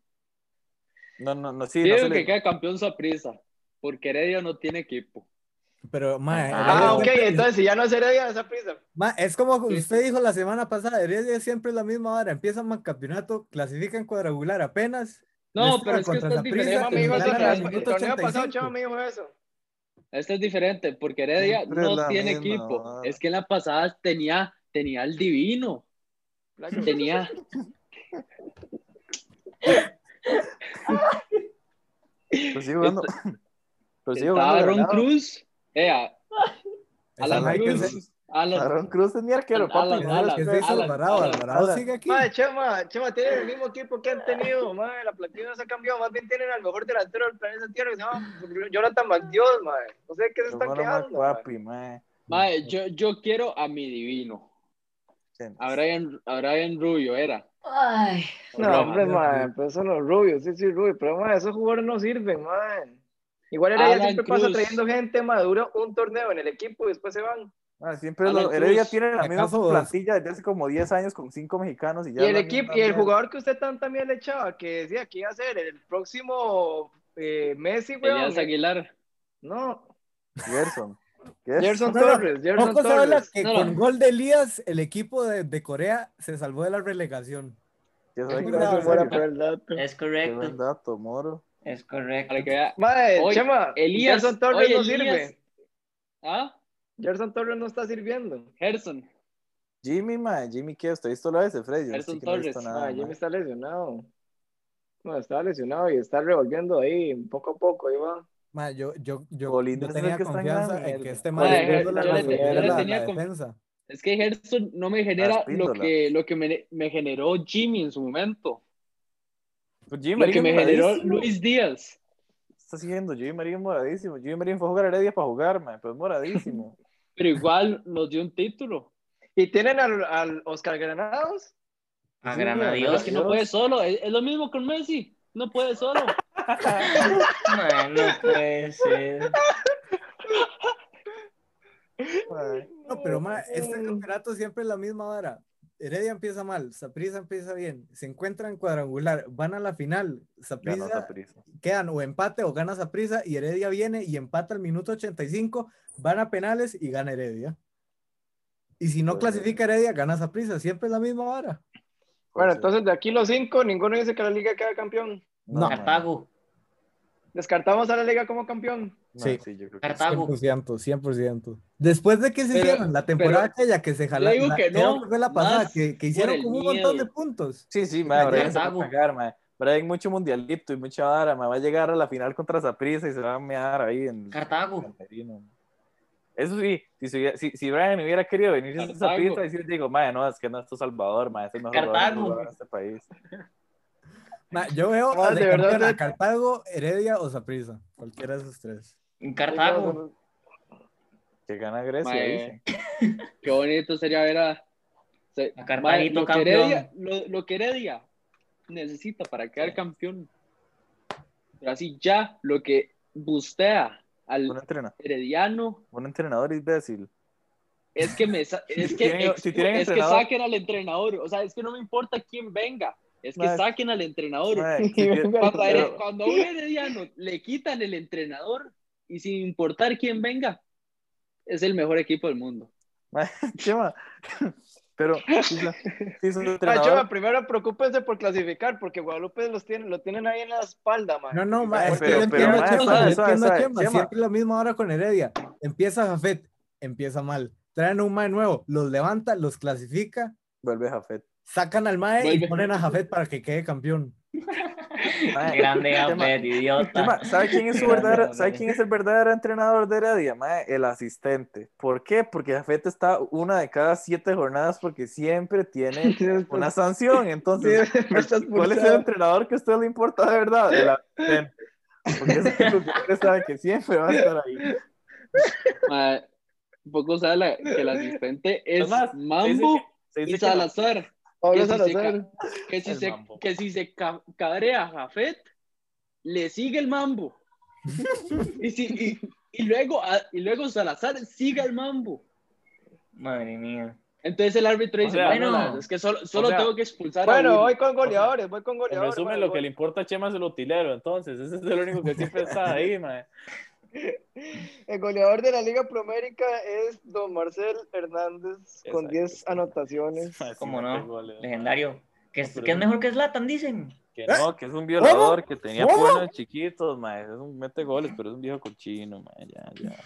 No, no, no, sí, no
Quiero
se le-
que quede campeón Saprissa, porque Heredia no tiene equipo.
Pero, mae,
Ah,
Heredia
ok,
siempre-
entonces si ya no es Heredia, esa prisa.
Ma, es como
Sí.
usted dijo la semana pasada, Heredia siempre es la misma hora, empiezan mal campeonato, clasifican cuadrangular apenas.
No,
Les
pero
toca
es que
contra
esto es
Saprissa,
diferente.
Chema
Fíjate,
me dijo
me
eso,
ganaron
Chema,
al
el
minuto
torneo pasado
85.
Chema me dijo eso.
Esto es diferente, porque Heredia
Siempre
no
la
tiene
misma
equipo.
vara.
Es que en la pasada tenía, tenía al divino,
Playo.
tenía.
Pero sigue jugando. Pero sigue
Estaba
jugando.
Ron
Granado.
Cruz. Ea,
Esa
Alan
madre que
Cruz.
se-
Alan,
Aaron Cruz es mi arquero, papi.
Alan,
que
no
se-
Alan,
que se
sé.
hizo
Alan,
Alvarado,
Alan,
Alvarado
Alan.
sigue aquí.
Madre, Chema, Chema, tienen el mismo equipo que han tenido, madre, la plantilla no se ha cambiado, más bien tienen al mejor delantero del planeta Tierra, que se llama Jonathan McDios, madre. No sé qué se
Hermano
están
más
quedando. madre.
papi, mae.
Mae, yo, yo quiero a mi divino.
Sí,
A Brian, a Brian Rubio era.
Ay,
No,
Roma.
hombre, madre, pues son los rubios, sí, sí, rubios, pero madre, esos jugadores no sirven, madre. Igual era
Alan
siempre pasa
Cruz.
trayendo gente madura un torneo en el equipo y después se van.
Ah, siempre
Alan
los, Heredia
Cruz,
tiene la misma
¿acaso dos?
plantilla desde hace como 10 años con 5 mexicanos y ya.
Y el
la
equipo,
misma
y el
mierda.
jugador que usted tan también le echaba, que decía que iba a ser el próximo eh, Messi, weón.
Elías Aguilar.
No,
Gerson.
Gerson
No, no,
Torres, Gerson
Poco se habla
Torres.
que
No, no.
con gol de Elías el equipo de, de Corea se salvó de la relegación.
Gerson
Gerson
Torres,
Torres.
en serio.
por el dato.
es
Qué buen
correcto.
dato, Moro.
Es correcto.
Para que vea.
Madre,
Oye,
Chema,
Elías,
Gerson Torres
oye,
no
Elías.
sirve.
¿Ah?
Gerson Torres no está sirviendo.
Gerson.
Jimmy, mae. Jimmy, ¿qué? ¿Usted ha visto lo de ese Freddy? Yo
Gerson
sí que no he visto
Torres.
nada,
Ah,
mae.
Jimmy está lesionado. No, está lesionado y está revolviendo ahí poco a poco, ahí va.
Ma, yo, yo, yo,
Bolívar
yo
es el
tenía
que está en
confianza
la
en que
mierda.
este
Mae,
madre
yo
la
le- yo le
resolviera la,
tenía
la
con-
defensa.
Es que Gerson no me genera lo
Espíndola.
que, lo que me, me generó Jimmy en su momento.
Pues Jimmy
Lo que
Marín
me generó
moradísimo.
Luis Díaz.
está haciendo? Jimmy Marín moradísimo. Jimmy Marín fue a jugar a Heredia para jugar, mae, pero es moradísimo.
Pero igual nos dio un título.
¿Y tienen al, al Oscar Granados?
A
Sí,
Granadios.
Es que no puede solo. Es, es lo mismo con Messi. No puede solo.
Man, no puede ser.
mae.
No, pero ma, este campeonato siempre es la misma hora. Heredia empieza mal, Saprissa empieza bien, se encuentran cuadrangular, van a la final,
Ganó
Saprissa
Saprissa.
quedan o empate o gana Saprissa y Heredia viene y empata al minuto 85, van a penales y gana Heredia. Y si
Pues,
no clasifica Heredia, gana Saprissa, siempre es la misma hora.
Bueno,
Pues,
entonces de aquí los cinco, ninguno dice que la liga queda campeón.
No,
no.
mae.
Cartago.
Descartamos a la liga como campeón.
No,
Sí.
sí, yo creo que sí.
Cartago.
100%, 100%. Después de que se
Pero-
hicieron la temporada aquella que se jalaron,
digo que no,
creo que fue la pasada,
más
que, que hicieron
el
como un montón
miedo.
de puntos.
Sí, sí, mae,
Ay,
Brian se va a
Cartago.
pagar, mae. Brian mucho mundialito y mucha vara, mae. Va a llegar a la final contra Saprissa y se va a mear ahí en
Cartago.
el camerino. Eso sí, si, se hubiera- si, si Brian hubiera querido venir a esa
Cartago.
pista, decir, digo, madre, no, es que no es tu Salvador, madre, es el mejor
Cartago.
lugar de este país.
Ma, yo veo
Ah,
a
de verdad,
campeón a
de-
Cartago, Heredia o Saprissa. Cualquiera de esos tres.
En Cartago.
Que gana Grecia,
Mae.
dice.
Qué bonito sería ver a. se-
A Cartaguito
lo que
campeón.
Heredia- lo, lo que Heredia necesita para quedar campeón. Pero así ya, lo que bustea al
Un, entrena-
Herediano
un entrenador imbécil.
es que me sa- es
Si
que, eh,
tienen- si tienen
es que
entrenador-
saquen al entrenador. O sea, es que no me importa quién venga. Es que
Mae.
saquen al entrenador.
Mae, si tiene-
Cuando, a Hered-
pero-
cuando a un herediano le quitan el entrenador y sin importar quién venga, es el mejor equipo del mundo.
Chema, pero si su- si su
Ah,
entrenador-
Chema, primero preocúpense por clasificar, porque Guadalupe los tiene, lo tienen ahí en la espalda, man.
No, no, ma,
Ay,
es que
eh, pero-
yo
pero,
entiendo a
ma,
Chema,
suave,
yo
suave,
entiendo a
suave.
Chema.
Chema.
Siempre lo mismo ahora con Heredia. Empieza Jafet, empieza mal. Traen un mae nuevo, los levanta, los clasifica,
Vuelve Jafet.
sacan al mae y
Vuelve.
ponen a Jafet para que quede campeón.
Mae,
Grande
Chema,
Abed, idiota.
Chema, ¿sabe quién es su
Grande
verdadero,
Abed.
sabe quién es el verdadero entrenador de Heredia? Mae, el asistente. ¿Por qué? Porque Jafet está una de cada siete jornadas porque siempre tiene una sanción. Entonces, ¿Cuál es el entrenador que a usted le importa de verdad? El asistente. Porque ese tipo que usted sabe que siempre va a estar ahí.
Mae, un poco sabe la- que el asistente es
más,
Mambo
Se
y
dice que-
Salazar. que
Pablo
si se
Salazar.
Que si
El
se,
Mambo.
que si se ca- cabrea Jafet, le sigue el Mambo. y, si- y, y luego, a- y luego Salazar sigue el Mambo.
Madre mía.
Entonces el árbitro
O
dice,
sea,
bueno,
no.
la verdad es que solo, solo
O sea,
tengo que expulsar a
Bueno,
uno".
voy con goleadores, voy con
En
goleadores.
resumen,
mae,
lo
voy.
que le importa a Chema es el utilero, entonces. Ese es el único que siempre está ahí, mae.
El goleador de la Liga Promérica es don Marcel Hernández, con
Exacto.
10 anotaciones.
Mae, sí,
¿Cómo
mae,
no?
qué goles.
Legendario. Que es,
Pero-
que es mejor que Zlatan, dicen.
Que no, que es un violador, que tenía
¿Cómo?
pueblos chiquitos, mae. Es un mete goles, pero es un viejo cochino, mae. Ya, ya.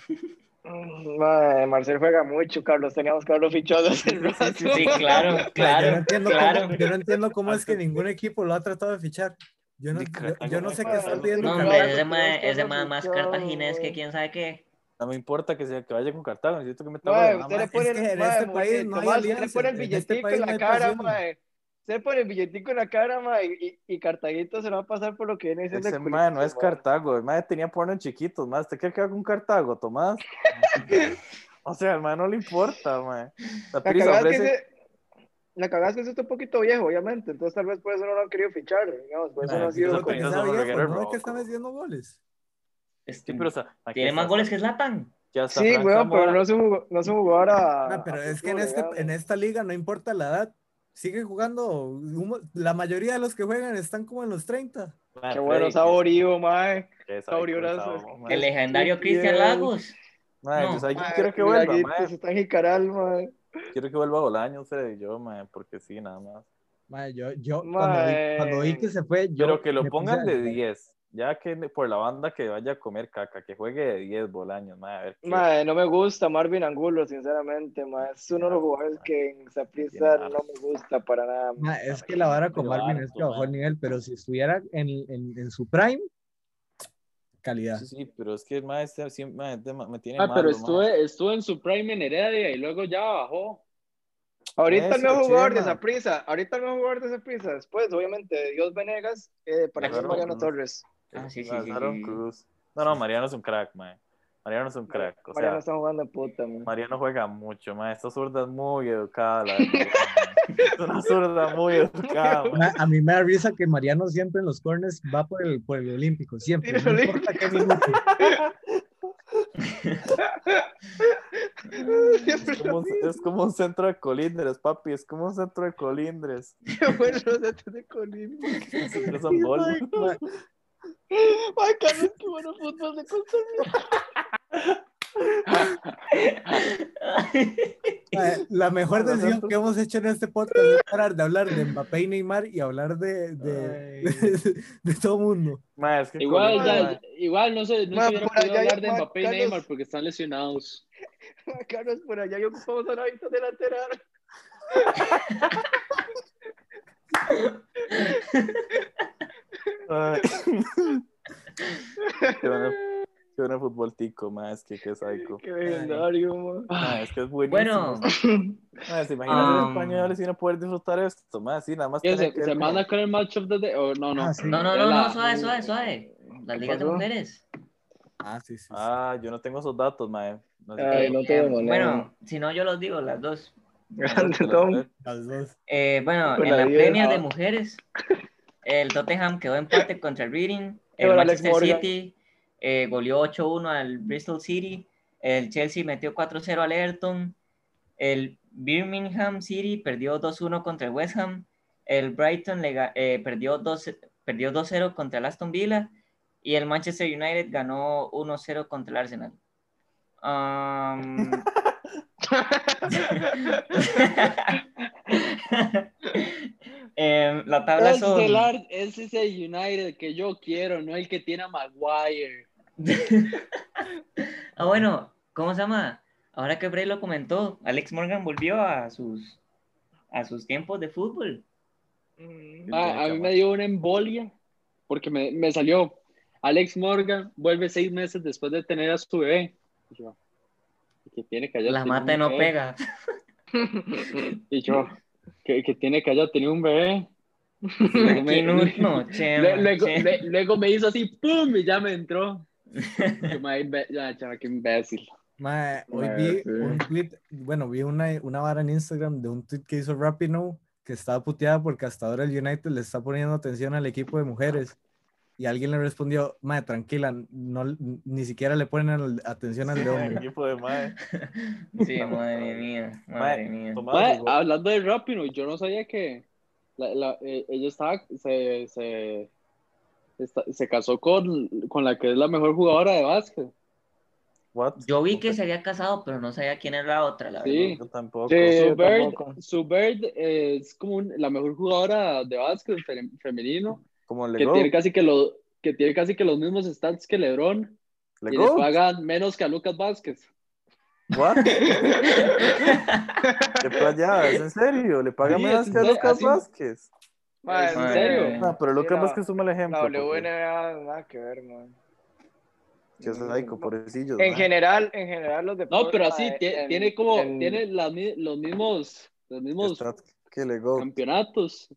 Mm, mae, Marcel juega mucho, Carlos. Teníamos que haberlo fichado hace rato.
Sí, claro,
O sea, yo no entiendo
claro, claro.
cómo, yo no entiendo cómo es que ningún equipo lo ha tratado de fichar. Yo no,
Ni
yo,
Cartago,
yo no
ni
sé qué
Cartago.
está pidiendo Ah,
No,
Claro,
hombre,
Cartago.
ese
claro,
ma,
claro,
ese ma más
claro.
cartaginés que quién sabe qué.
No me importa que, sea, que vaya con Cartago, necesito que meta goles,
Mae,
nada
usted le
más.
pone
es
el,
que en
mae,
este
mo-
país
eh,
no hay
Tomás, usted le
alianza,
pone el
en este
billetico
país
en
no
la
hay
cara,
pasión.
mae. Usted le pone el billetico en la cara, mae, y, y Cartaguito se lo va a pasar por lo que viene diciendo
Ese mae no es Cartago, el mae tenía porno chiquitos, mae. ¿Usted quiere que haga un Cartago, Tomás? o sea, al mae no le importa, mae. La
La
prisa
cagada es
ofrece...
que ese- la cagada es que ese está un poquito viejo, obviamente. Entonces, tal vez por eso no lo han querido fichar. Digamos, por pues, eso
Mae,
no ha
sí, eso
sido.
Solo
Yo
como-
porque
creo que son
sea viejo,
vergueros
pues, no es que
locos.
está metiendo goles.
Este,
Sí, pero, o sea, aquí
Tiene
está
más goles que Zlatan.
Ya está
Sí,
Frank
weón, pero
Zamora.
no es un jugo- no es un jugador a.
Ah, pero
a
es que en,
futuro,
este,
digamos.
en
eh.
esta liga no importa la edad. Siguen jugando. humo- La mayoría de los que juegan están como en los 30.
Mae,
Qué bueno,
Freddy,
saborío, mae.
que- que
saboriorazo.
sabe, mae.
El legendario
qué
Cristian
bien.
Lagos.
Mae,
No.
yo sé, yo
Mae,
quiero que
mira,
vuelva,
aquí,
mae.
pues, está en Jicaral, mae.
Quiero que vuelva Bolaños, Freddy, yo, mae, porque sí, nada más.
Mae, yo, yo cuando,
Mae.
vi, cuando vi que se fue, yo.
Pero que lo
me puse a
pongan de
llorar.
10, ya que por la banda que vaya a comer caca, que juegue de 10 Bolaños, mae, a ver qué.
Mae, no me gusta Marvin Angulo, sinceramente, mae. Es uno de los jugadores que en Saprissa
Bien,
no me gusta para nada. mae.
Ma, es que la vara con
Pero
Marvin es
harto,
que bajó
ma.
el nivel, pero si estuviera en, en, en su prime, calidad.
Sí, sí, pero es que el mae este siempre mae, este ma- me tiene
Ah,
malo,
pero
mae.
estuve, estuvo en su prime en Heredia y luego ya bajó.
Ahorita
Eso,
el mejor jugador de
Chema.
Saprissa, ahorita el mejor jugador de Saprissa. Después, obviamente, Dios Venegas, eh, para que es
Claro,
Mariano
no.
Torres.
Ah, sí, sí, sí,
Lanzaron
sí, sí.
Cruz. No, no, Mariano es un crack, mae. Mariano es un crack, o sea,
Mariano está jugando en puta, mae.
Mariano juega mucho, mae. Esta zurda es muy educada, la verdad, mae. Es una zurda muy educada, mae.
Ma, a mí me da risa que Mariano siempre en los corners va por el, por el olímpico, siempre.
Tiro
No importa qué minuto.
Siempre
Es como, un, es como un centro de colindres, papi. Es como un centro de colindres.
bueno los datos de Colín.
Siempre son bolas.
Ma,
Ay, Carlos, qué bueno fútbol de Costa
ma, la mejor
Nosotros-
decisión que hemos hecho en este podcast es parar de hablar de Mbappé y Neymar y hablar de, de, de, todo mundo.
Ma, es que
Igual,
Colindres,
ya-
ma,
igual no se, no
Ma,
se hubiera
por
podido
allá hay-
hablar de
Ma,
Mbappé y
Carlos-
Neymar porque están lesionados.
Rica. Carlos, por allá y ocupamos a la vista de lateral.
ay. qué, bueno, qué que una fútbol tico, mae, es que qué psycho.
Qué legendario, man.
Mae, es que es buenísimo.
Bueno,
Mae, ¿se imaginan ser
um,
españoles y no poder disfrutar esto? Mae, sí, nada más
¿Qué
tener
se,
que
se
ver como-
manda con el match of the day. Oh, no, no.
Ah, sí.
no, no, no, no,
la-
suave, suave, suave. Las ligas de
pasó?
mujeres.
Ah, sí, sí. sí.
Ah, yo no tengo esos datos, mae. No sé
Ay,
Eh,
no te
eh,
demolean.
bueno, si no, yo los digo, las dos.
Grande
qué-
Tom.
Las dos.
Eh, bueno,
Con
en
Pues la
la
vida.
premia de mujeres, el Tottenham quedó empate contra el Reading, el
Ahora Alex
Manchester
Morgan.
City eh, goleó 8-1 al Bristol City, el Chelsea metió 4-0 al Everton, el Birmingham City perdió 2-1 contra el West Ham, el Brighton le ga- eh, perdió 2 perdió 2-0 contra el Aston Villa y el Manchester United ganó 1-0 contra el Arsenal. Um, Am, Em, la tabla
Ese
son...
es, Pues, el, Ar- ese es el United que yo quiero, no el que tiene a Maguire.
Ah, bueno, ¿cómo se llama? Ahora que Bray lo comentó, Alex Morgan volvió a sus, a sus tiempos de fútbol.
Mm.
Ah, a mí me dio una embolia porque me, me salió. Alex Morgan vuelve seis meses después de tener a su bebé. Y yo, que tiene que haya
La
tenido
mata
un
no
bebé.
pega.
Y yo, que, que tiene que haya tenido un bebé. Luego me,
Aquí no, no, Chema,
lue- luego,
Chema.
lue- luego me hizo así, ¡pum! Y ya me entró. Yo, "Mae, imbe- ya, chaval, qué imbécil.
Mae, hoy
Ah,
Mae,
vi
sí.
un tweet, bueno, vi una, una vara en Instagram de un tweet que hizo Rapino que estaba puteada porque hasta ahora el United le está poniendo atención al equipo de mujeres. Y alguien le respondió, mae, tranquila, no, ni siquiera le ponen al- atención al de
El
hombre.
equipo de mae.
Sí, madre mía, madre mía.
Tomás,
Mae, ah, hablando de Rapino, yo no sabía que la- la- eh, ella estaba, se, se, esta- se casó con, con la que es la mejor jugadora de básquet.
what?
Yo vi que se había casado, pero no sabía quién era la otra, la
Sí.
verdad.
Yo tampoco.
Sí,
yo
su Bird,
tampoco.
su Bird eh, es como un- la mejor jugadora de básquet fe- femenino,
Como le
que
go,
tiene, casi que, lo, que tiene casi que los mismos stats que LeBron,
le
y le
go.
pagan menos que a Lucas Vázquez.
What? ¿Qué playadas? ¿En serio? ¿Le pagan
Sí,
menos
es
que a
en
Lucas
serio, así-
Vázquez?
Mae,
¿En
mae,
serio?
No, Ah, pero
sí,
Lucas
la-
Vázquez suma el
La
ejemplo. porque-
WNBA nada que ver, man.
Que es laico, pobrecillos.
En
mae.
general, en general los deportes.
No, pero así,
mae,
tie-
en-
tiene como,
en-
tiene la mi- los mismos, los mismos
Está- Que le go.
Em,
campeonatos.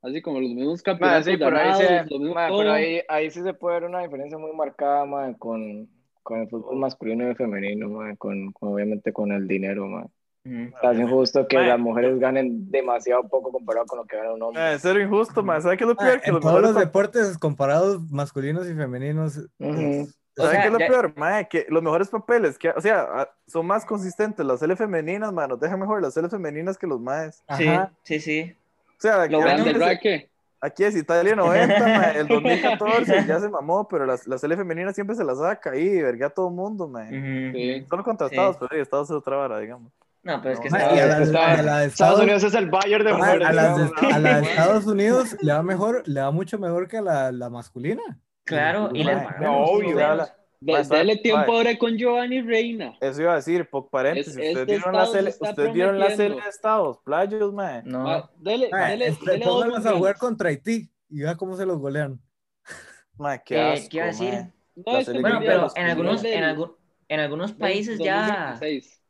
Así como los mismos
Mae,
campeonatos
sí, pero ahí,
ganados,
se,
lo mismo
mae, pero
todo.
ahí, ahí sí se puede ver una diferencia muy marcada, mae, con, con el fútbol masculino y el femenino, mae, con, con- obviamente con el dinero, mae.
Ujú.
Es injusto que
Mae,
las mujeres ganen demasiado poco comparado con lo que gana un hombre.
Mae, cero Ah, injusto, mae. ¿Sabes qué es lo
Mae,
peor? Que
Ah, en
los
todos los
mejores
deportes comparados masculinos y femeninos,
Mm.
Ujú.
es-
O
¿Saben
sea,
qué es lo
ya-
peor, mae? Que los mejores papeles, que, o sea, a- son más consistentes las L femeninas, mae, nos dejan mejor las L femeninas que los maes.
Sí,
Ajá.
sí, sí.
O sea, aquí,
Lo bueno
aquí,
Grande
es-
es,
Raque.
aquí es Italia 90, mae, el 2014 ya se mamó, pero las, las L femeninas siempre se las saca ahí, verga a todo mundo, mae.
Ujú.
Sí.
Solo contratados,
Sí.
pero sí, Estados es otra vara, digamos.
No, pero es que
No,
mae,
estaba-
y a la-
Estados-
a la de
Estados
Estados-
Unidos es el Bayern de
mae,
mujeres.
a las
digamos,
de- a la de Estados Unidos le va mejor, le va mucho mejor que a la, la masculina.
Claro, y
Mae,
les
menos,
pagan
no,
mucho
obvio.
se
menos.
habla-
De-
Mae,
dele
mae,
tiempo
mae.
ahora con Giovanni Reina.
Eso iba a decir, por paréntesis,
Es-
ustedes
este
vieron la
Estados
L-
está
ustedes vieron la L de
prometiendo.
Estados, playos, mae.
No.
Ah, dele,
Mae,
dele,
este,
dele dos
pónganlos a jugar
millones.
contra Haití y vea cómo se los golean.
Mae, qué
Eh,
asco,
¿qué iba a decir?
mae.
No,
La
es que
selección
Bueno,
Colombia,
pero
los
en algunos,
primeros
en,
del-
algún- en algunos
del
países ya,
2016.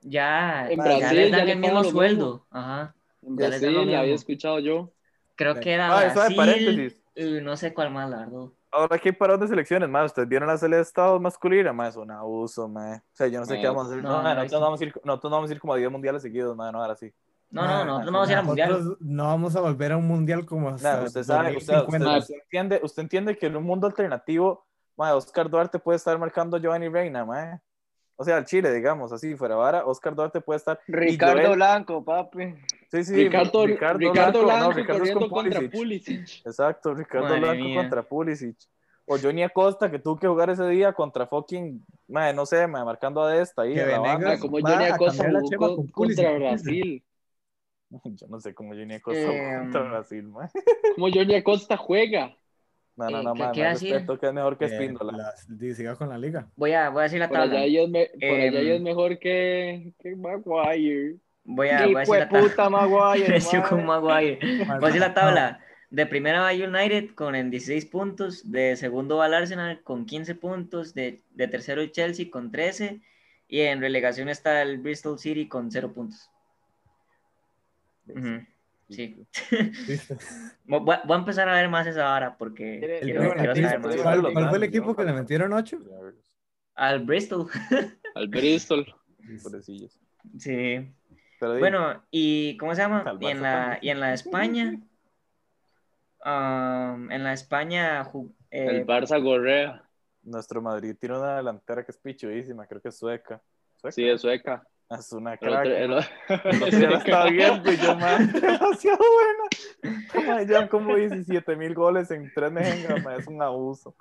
ya,
En
ya
Brasil
les
ya
dan
le
el
pagan lo
mismo
mismo.
sueldo. Ajá.
En
Ya les da lo
Brasil, la había
mismo.
escuchado yo.
Creo que era
Ah, eso de
Brasil,
paréntesis.
y no sé cuál más, la verdad.
Ahora que hay parón de selecciones, más ustedes vieron la selección de Estados masculina, más es un abuso, más. O sea, yo no sé
Mae,
qué vamos a hacer.
no,
No, mae,
no,
nosotros, no vamos a ir, nosotros no vamos a ir como a 10 mundiales seguidos, más, no, ahora sí.
No, no,
Mae,
nosotros no vamos a ir al mundial.
Ah, nosotros no vamos a volver a un mundial como hasta
Nah, usted sabe, usted,
2050.
usted- usted entiende, usted entiende que en un mundo alternativo, mae, Oscar Duarte puede estar marcando a Giovanni Reina, más. O sea, al Chile, digamos, así fuera vara, Oscar Duarte puede estar.
Ricardo
Joel-
Blanco, papi.
Sí, sí,
Ricardo,
Ricardo Blanco,
Ricardo Blanco
no, Ricardo es
corriendo
con
contra
Pulisic.
Pulisic.
Exacto, Ricardo
Madre
Blanco
mía.
contra Pulisic. O Johnny Acosta, que tuvo que jugar ese día contra fucking, mae, no sé, mae, marcando a esta ahí.
Que
en la banda.
Venegas-
Ah, como
Va
Johnny
a
Acosta
cambiar la
jugó
chema
co-
con
contra
Pulisic.
Brasil.
Yo no sé cómo Johnny Acosta jugó
Em.
contra Brasil, mae.
Como Johnny Acosta juega.
No, no,
Eh,
no,
¿qué-
mae,
qué
mae,
decir?
respeto que es mejor que
Eh,
Espíndola.
la- di- siga con la liga.
Voy a, voy a decir la
Por allá
tabla.
ella es, me- por
Em.
allá ella es mejor que, que Maguire.
Voy a, voy a
Hijo
decir
de
la tabla.
puta, Maguire.
Creció con
mae.
Ah,
Maguire. Voy a decir Pues la tabla. De primera va United con en 16 puntos, de segundo va el Arsenal con 15 puntos, de, de tercero el Chelsea con 13 y en relegación está el Bristol City con 0 puntos. Ujú, Sí.
Listo.
Voy voy a empezar a ver más esa vara porque
El
quiero-
primero,
quiero saber más.
¿Cuál, cuál fue el equipo que le metieron 8?
al Bristol.
Al Bristol.
Pobrecillos.
Sí.
Pero di,
Bueno, ¿y cómo se llama?
Al
Y en
Barça
la,
también.
y en la España. um, en la España. ju- eh,
El Barça Gorrea.
nuestro Madrid tiene una delantera que es pichudísima, creo que es sueca. ¿Sueca?
Sí, es sueca.
Es una
El
crack.
otro,
El otro,
el otro-
día la estaba viendo y yo, man, demasiado buena. Man, llevan como 17 mil goles en tres meses, man, es un abuso.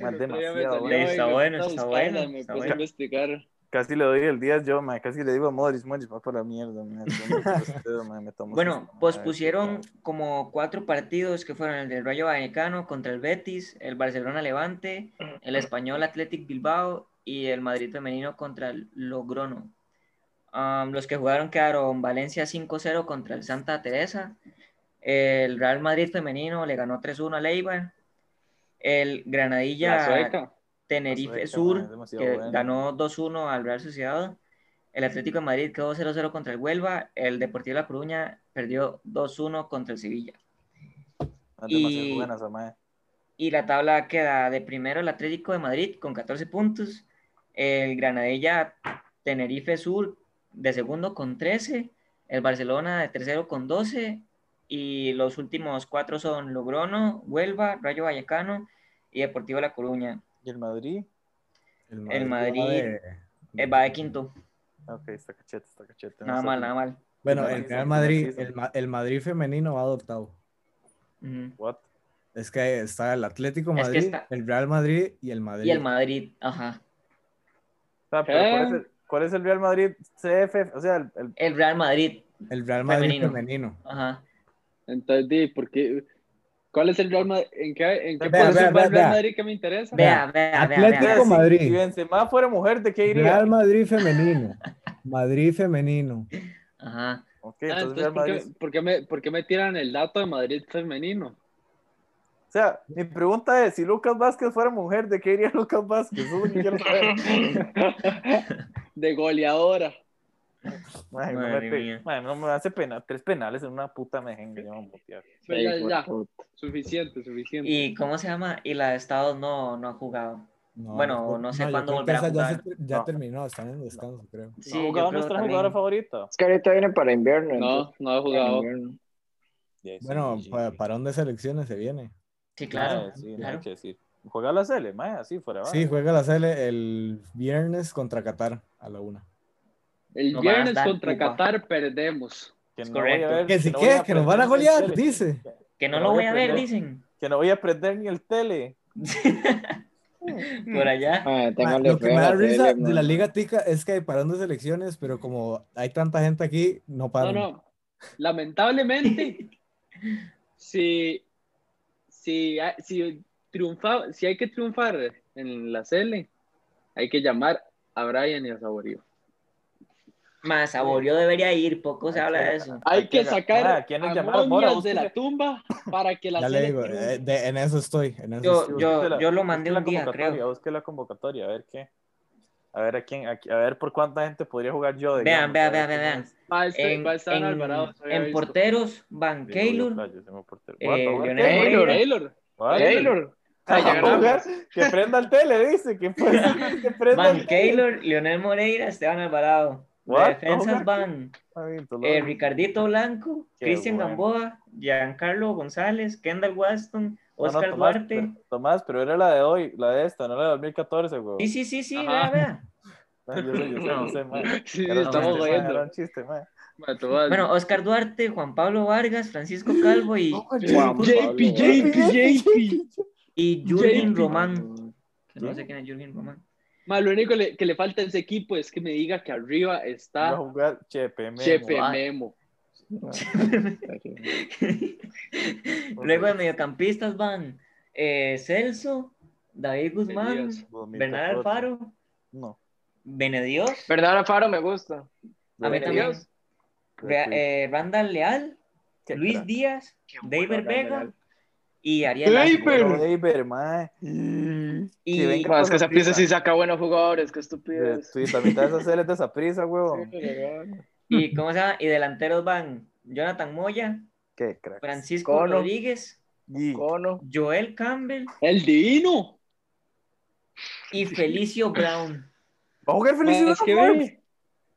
Man,
El otro día me
demasiado
salió
buena.
Sí, está
y me
bueno,
puse a
está
buscarla,
bueno,
Me
está
puse a
bueno.
investigar.
Casi le doy el 10 yo, man, casi le digo a Modric, Modric, va para la mierda. Man. Yo no quiero usted, man, me tomo
Bueno, pues,
sus-
pospusieron como cuatro partidos que fueron el del Rayo Vallecano contra el Betis, el Barcelona Levante, el Español Athletic Bilbao y el Madrid Femenino contra el Logrono. Am, los que jugaron quedaron Valencia 5-0 contra el Santa Teresa, el Real Madrid Femenino le ganó 3-1 al Eibar, el
La
Granadilla
sueca.
Tenerife
La sueca, man, es
Sur,
demasiado
que
bueno.
ganó 2-1 al Real Sociedad. El Atlético de Madrid quedó 0-0 contra el Huelva. El Deportivo de La Coruña perdió 2-1 contra el Sevilla.
Man, demasiado
y-
buena esa, man.
Y la tabla queda de primero el Atlético de Madrid con 14 puntos. El Granadilla Tenerife Sur de segundo con 13. El Barcelona de tercero con 12. Y los últimos cuatro son Logrono, Huelva, Rayo Vallecano y Deportivo La Coruña.
¿Y el Madrid?
El Madrid,
va
Eh, va de quinto.
Ok, está cachete, está cachete.
Nada
no sé.
mal, nada mal.
Bueno,
Madrid
el
son
Real Madrid,
primer season.
el, Ma- el Madrid femenino va adoptado.
Ujú.
What?
Es que está el Atlético
Es que
Madrid,
está-
el Real Madrid y el Madrid.
Y el Madrid, ajá.
O sea, Ah, pero
¿Qué?
¿cuál, es el, cuál es el Real Madrid CF? O sea, el, el-
El Real Madrid,
El Real Madrid
Femenino.
femenino.
ajá.
Entonces, di, ¿por qué? ¿Cuál es el Real Madrid? ¿En qué, en qué
Vea,
posición
vea,
va
vea,
el Real
vea.
Madrid que me interesa? Ah,
Vea, vea, vea,
Atlético
vea.
si-
Madrid.
Si Benzema fuera mujer, ¿de qué iría?
Real Madrid femenino. Madrid femenino.
Ajá.
Ok,
Ah,
entonces
entonces,
Real
¿por
Madrid.
qué, por qué me, por qué me tiran el dato de Madrid femenino?
O sea, mi pregunta es, si Lucas Vázquez fuera mujer, ¿de qué iría Lucas Vázquez? Eso es lo que quiero saber.
De goleadora.
Ay, no,
Madre
me pe-
mía.
Ay, no me hace penal. Tres penales en una puta mejenga. Yo me voy a mutear.
Pero ya, ya,
puta.
suficiente, suficiente.
¿Y cómo se llama? Y la de Estados no, no ha jugado.
No,
Bueno,
yo-
no sé
yo
cuándo
creo que
volverá a
esa ya se
jugar.
ter- ya
No.
terminó, están en descanso, creo.
Sí,
¿No ha
yo
jugado
creo
nuestra
también.
jugadora favorita?
Es que ahorita viene para
No,
invierno. entonces,
no he
para
jugado.
invierno.
Bueno, para parón de selecciones se viene.
Sí, claro.
Claro, Ah, sí, no
claro.
hay que decir. Juega la Cele, mae, así fuera.
Ah,
va.
Sí, juega la Sele el viernes contra Qatar a la una.
Ah,
El
Nos van a
viernes
dar
contra
lupa.
Qatar perdemos.
Que
Es
no voy a
correcto.
ver-
Que si
no voy
qué, que nos van a
aprender el
golear,
tele.
dice.
Que no
Pero
lo
voy
voy
a
a ver,
aprender.
dicen.
Que no voy a aprender ni el tele.
Por allá.
Ah,
Ma,
téngale
Lo que
fe a
me da
la
risa
tele,
de la
man.
Liga Tica es que hay parón de selecciones, pero como hay tanta gente aquí, no
No,
paran.
no. Lamentablemente, si, si, si, triunfa, si hay que triunfar en la Sele, hay que llamar a Brian y a Saborío.
Más Saborio debería ir, poco se
Hay
habla
que-
de eso.
Hay que
que-
sacar
ah, ¿quién es
a
llamar a Mora?
momias de la
Búsquele.
tumba para que la
Ya le
Sele
digo,
triunfe.
eh, de- en eso estoy. En eso
Yo,
estoy.
yo,
Búsquela-
yo lo mandé
busque
un día,
la convocatoria,
creo.
busque la convocatoria, a ver qué. A ver a quién, a, a ver por cuánta gente podría jugar yo. digamos,
Vean, vean,
a ver
vean, vean.
quién
vean.
es.
Va a estar,
En,
va a estar
en-
Alvarado. se había
en
visto.
porteros, Van
Digo, yo,
Keylor.
playo, se me portero.
eh,
What the- what the-
Lionel
what?
Taylor,
Taylor.
Taylor.
What?
Taylor. O sea, ya
Ah,
ganamos.
mujer, que prenda el tele, dice. Que, pues, que prenda
Van
el tele.
Keylor, Leonel Moreira, Esteban Alvarado. De
What?
defensas
Ojo.
van
Ay, dolor.
eh, Ricardito Blanco,
Qué
Cristian
bueno.
Gamboa, Giancarlo González, Kendall Waston,
No, no,
Oscar
Tomás,
Duarte.
pero- Tomás, pero era la de hoy, la de esta, no la de 2014, güey.
Sí, sí, sí, sí, vea,
Ajá.
vea.
Yo sé, yo sé, yo sé, man.
Sí,
Era un
estamos
chiste, man,
jodiendo.
era un chiste, man.
Mato, va.
Bueno, Oscar Duarte, Juan Pablo Vargas, Francisco Calvo y,
Juan
Pablo,
JP, JP, JP.
y Jürgen
JP.
Román. Que no sé quién es Jürgen Román.
Ma, lo único le- que le falta a ese equipo es que me diga que arriba
Iba a
está
jugar Chepe, Memo.
Chepe
ah.
Memo.
Luego de mediocampistas van eh, Celso, David Guzmán,
Elías,
2014.
Bernal Alfaro,
No.
Benedios,
Bernardo Faro me gusta.
a mí también,
Benedios.
Ra- eh, Randall Leal
Qué
Luis
crack.
Díaz,
Qué
David
bueno,
Vega
Daniel.
y Ariel Lazo.
Pero, David, mae.
Y
que venga.
Ma, es que esa pieza sí saca buenos jugadores, qué estupidez.
Sí, la mitad de esas series de esa prisa, huevón.
Sí, legal.
¿Y cómo se llama? Y delanteros van Jonathan Moya,
Qué crack.
Francisco
Colo.
Rodríguez,
Y-
Cono.
Joel Campbell
El divino.
y Felicio Brown.
¿Va a jugar Felicidad?
Es que
mae?
ve.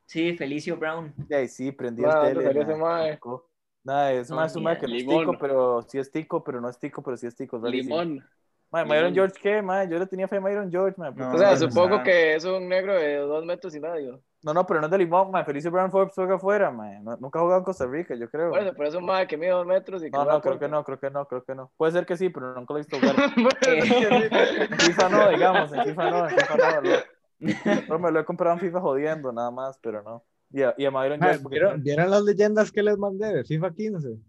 Sí, Felicio Brown.
Ay, sí, prendí
Ma,
el
¿dónde
tele.
salió ese
mae.
mae?
Nada, es
No,
más
ni
un mae
idea.
que no es
Limón.
tico, pero sí es tico, pero no es tico, pero sí es tico. es rarísimo.
Limón.
Mae, Myron George, ¿qué? Mae, yo le tenía fe a Myron George, mae.
No,
O sea,
no,
supongo
no.
que es un negro de dos metros y medio.
No, no, pero no es de Limón, mae. Felicio Brown Forbes juega afuera, mae. No- nunca ha jugado en Costa Rica, yo creo.
Bueno, pero es un mae que mide dos metros y que
no,
juega
no, creo que
poco.
no, creo que no, creo que no. Puede ser que sí, pero nunca lo he visto jugar.
Puede
Eh,
ser que sí.
En FIFA no, digamos, en FIFA no, en FIFA no. lo- Pero me lo he comprado en FIFA jodiendo, nada más, pero no. Y a, y a Myron
Mae,
George, porque
¿vieron, vieron las leyendas que les mandé de FIFA 15?
Myron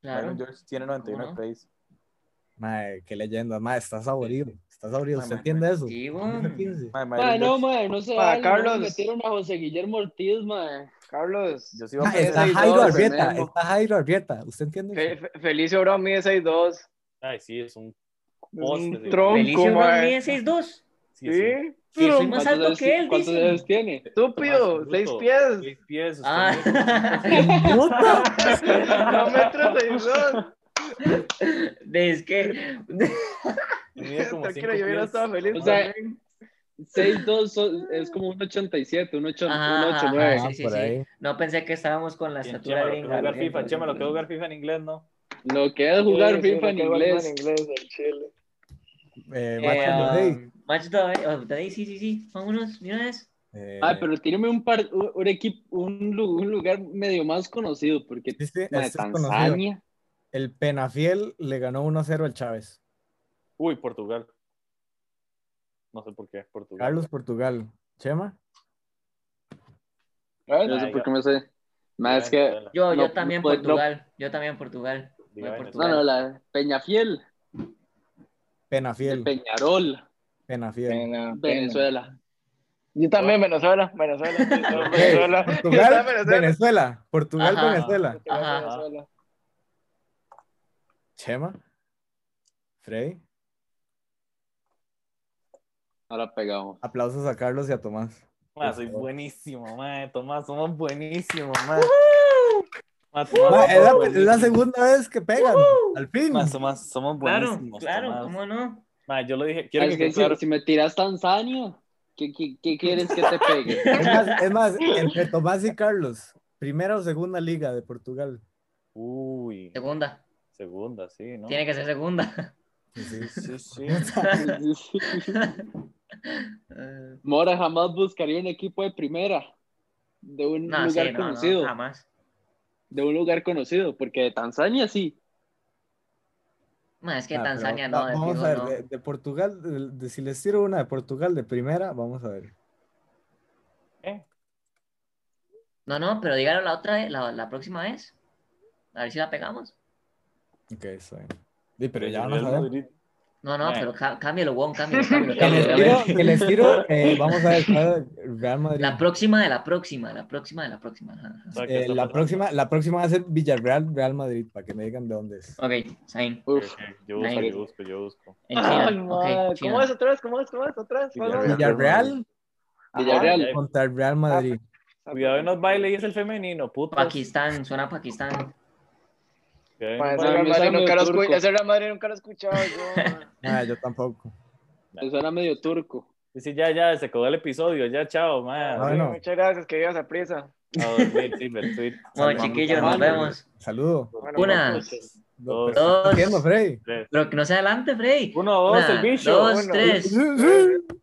Claro.
George tiene 91
¿Cómo no?
pace.
Mae, qué leyenda. Mae, está saborido. Está saborido.
Mae,
¿Usted
mae,
entiende eso?
Sí,
FIFA
weón.
15.
Mae, Myron
Mae, no,
George,
mae, no se
Ma,
vale, no
Carlos.
metieron a José Guillermo Ortiz, mae.
Carlos,
Yo sí iba a
Mae,
poner
está
ese
Jairo
dos,
Arrieta.
Memo.
Está Jairo Arrieta. ¿Usted entiende eso?
Fe- Fe- Felicio Brown mide 6'2".
Ay, sí, es un
Un
Postre de-
tronco,
Felicio Brown
mae.
mide 6'2".
sí, es un-
Sí,
Que soy
¿Cuántos
más alto
años-
que él,
¿Cuántos
dicen.
años tiene?
Además,
estúpido,
bruto,
6 pies,
Seis pies. usted
Ah.
mismo.
dos metros 6'2".
De- es que
Mide como cinco
Tranquilo, yo hubiera
pies.
estado feliz
O sea,
también.
6'2 son- es como un 87, un 8,
Ajá,
un
ajá,
8, 9.
Ah,
sí, sí, sí.
Eh,
No pensé que estábamos con la
Bien,
estatura
Chema, lo que es
gringa.
jugar FIFA,
¿no?
Chema, lo que es jugar FIFA en inglés, ¿no?
Lo que es jugar
Sí, sí,
FIFA en
lo que juega
inglés.
en Chile.
Eh,
Eh,
Match of the Day.
um, Match of the Day, of the Day, sí, sí, sí. Vámonos, de una vez.
Eh,
Ah, pero tíreme un, par, un, un equipo, un, lu- un lugar medio más conocido, porque
sí, sí,
mae,
este es conocido.
Tanzania.
El Penafiel le ganó 1-0 al Chávez.
Uy, Portugal. No sé por qué, Portugal.
Carlos Portugal. Chema.
No sé
Ah,
por
ya.
qué me sé.
Dígame,
Mae, es que.
Venezuela,
Yo,
No,
yo también
no, no.
Portugal. Yo también Portugal.
dígame,
voy a
Venezuela.
No, no, la Peñafiel, de
Penafiel.
Peñarol,
Penafiel.
Pena, pena.
Venezuela.
Yo también, Venezuela, Venezuela, Venezuela, Venezuela.
Portugal, Venezuela. Portugal,
Yo también, Venezuela. Ah,
Ajá.
Venezuela.
Portugal,
Ajá.
Venezuela.
Chema. Frey.
Ahora pegamos.
Aplausos a Carlos y a Tomás.
Ma, soy buenísimo, ma, Tomás, somos buenísimos, ma. Ma, Tomás,
Ma, pues, es, la,
somos
es la
buenísimos.
segunda vez que pegan. Al fin.
Ma, Tomás, somos
Claro,
buenísimos.
claro,
Tomás.
¿cómo no?
Ma, yo lo dije,
Ah,
quiero
es
que
que
quede
si,
claro.
si me tiras Tanzania, ¿qué, qué, qué quieres que te pegue?
Es más, es más, entre Tomás y Carlos. Primera o segunda liga de Portugal.
Uy,
Segunda.
segunda, sí, ¿no?
Tiene que ser segunda.
Sí, sí, sí.
Eh,
Mora jamás buscaría un equipo de primera, de un
no,
lugar
sí, no,
conocido,
no, jamás.
de un lugar conocido, porque de Tanzania sí.
Ma, es que
Ah, pero
Tanzania
va-
no, de
vamos
fijo
a ver,
no.
de, de Portugal, de- de- si les tiro una de Portugal de primera, vamos a ver.
No, no, pero dígalo la otra vez, la, la próxima vez. A ver si la pegamos.
Ok, está bien. Pues Sí, pero ya
Real
van a saber.
Madrid.
No, no,
Bueno.
pero cá- cámbialo, Wong, cámbialo, cámbialo,
Que les
cámbialo,
tiro,
cámbialo.
que les tiro, eh, vamos a ver, claro, Real Madrid.
La próxima de la próxima, la próxima de la próxima. ajá, ajá.
O sea, que
Eh,
está
la,
pasando.
próxima, la próxima va a ser Villarreal, Real Madrid, para que me digan de dónde es.
Ok, Sain.
Uf,
Ok, Yo busco,
Ahí.
yo busco, yo busco.
En China.
Ay, mae,
ok,
¿Cómo
China.
es otra vez? ¿Cómo es? ¿Cómo es? ¿Otra vez? ¿Cuál
Villarreal.
es?
Villarreal
Ah,
Villarreal.
contra el Real Madrid.
Cuidado y nos baile y es el femenino, puta.
Pakistán, suena a Pakistán.
Mae, ese
Mae,
Real
me
Madrid
suena
nunca lo
medio turco.
escu- ese Real Madrid nunca lo he escuchado yo, mae.
Ah, yo tampoco.
eso era medio turco.
Dice, ya, ya, se acabó el episodio, ya, chao,
Ah,
ma.
bueno.
Muchas gracias, que llegas a prisa.
A dormir, sí, Bertuit.
Bueno, chiquillos, nos vemos.
Saludo.
Bueno, pues,
Una,
buenas noches.
Dos,
¿Qué está haciendo, Frey?
tres.
pero que no se adelante, Frey.
Uno, dos,
Una,
el bicho.
Dos,
Uno.
tres.
Sí, sí.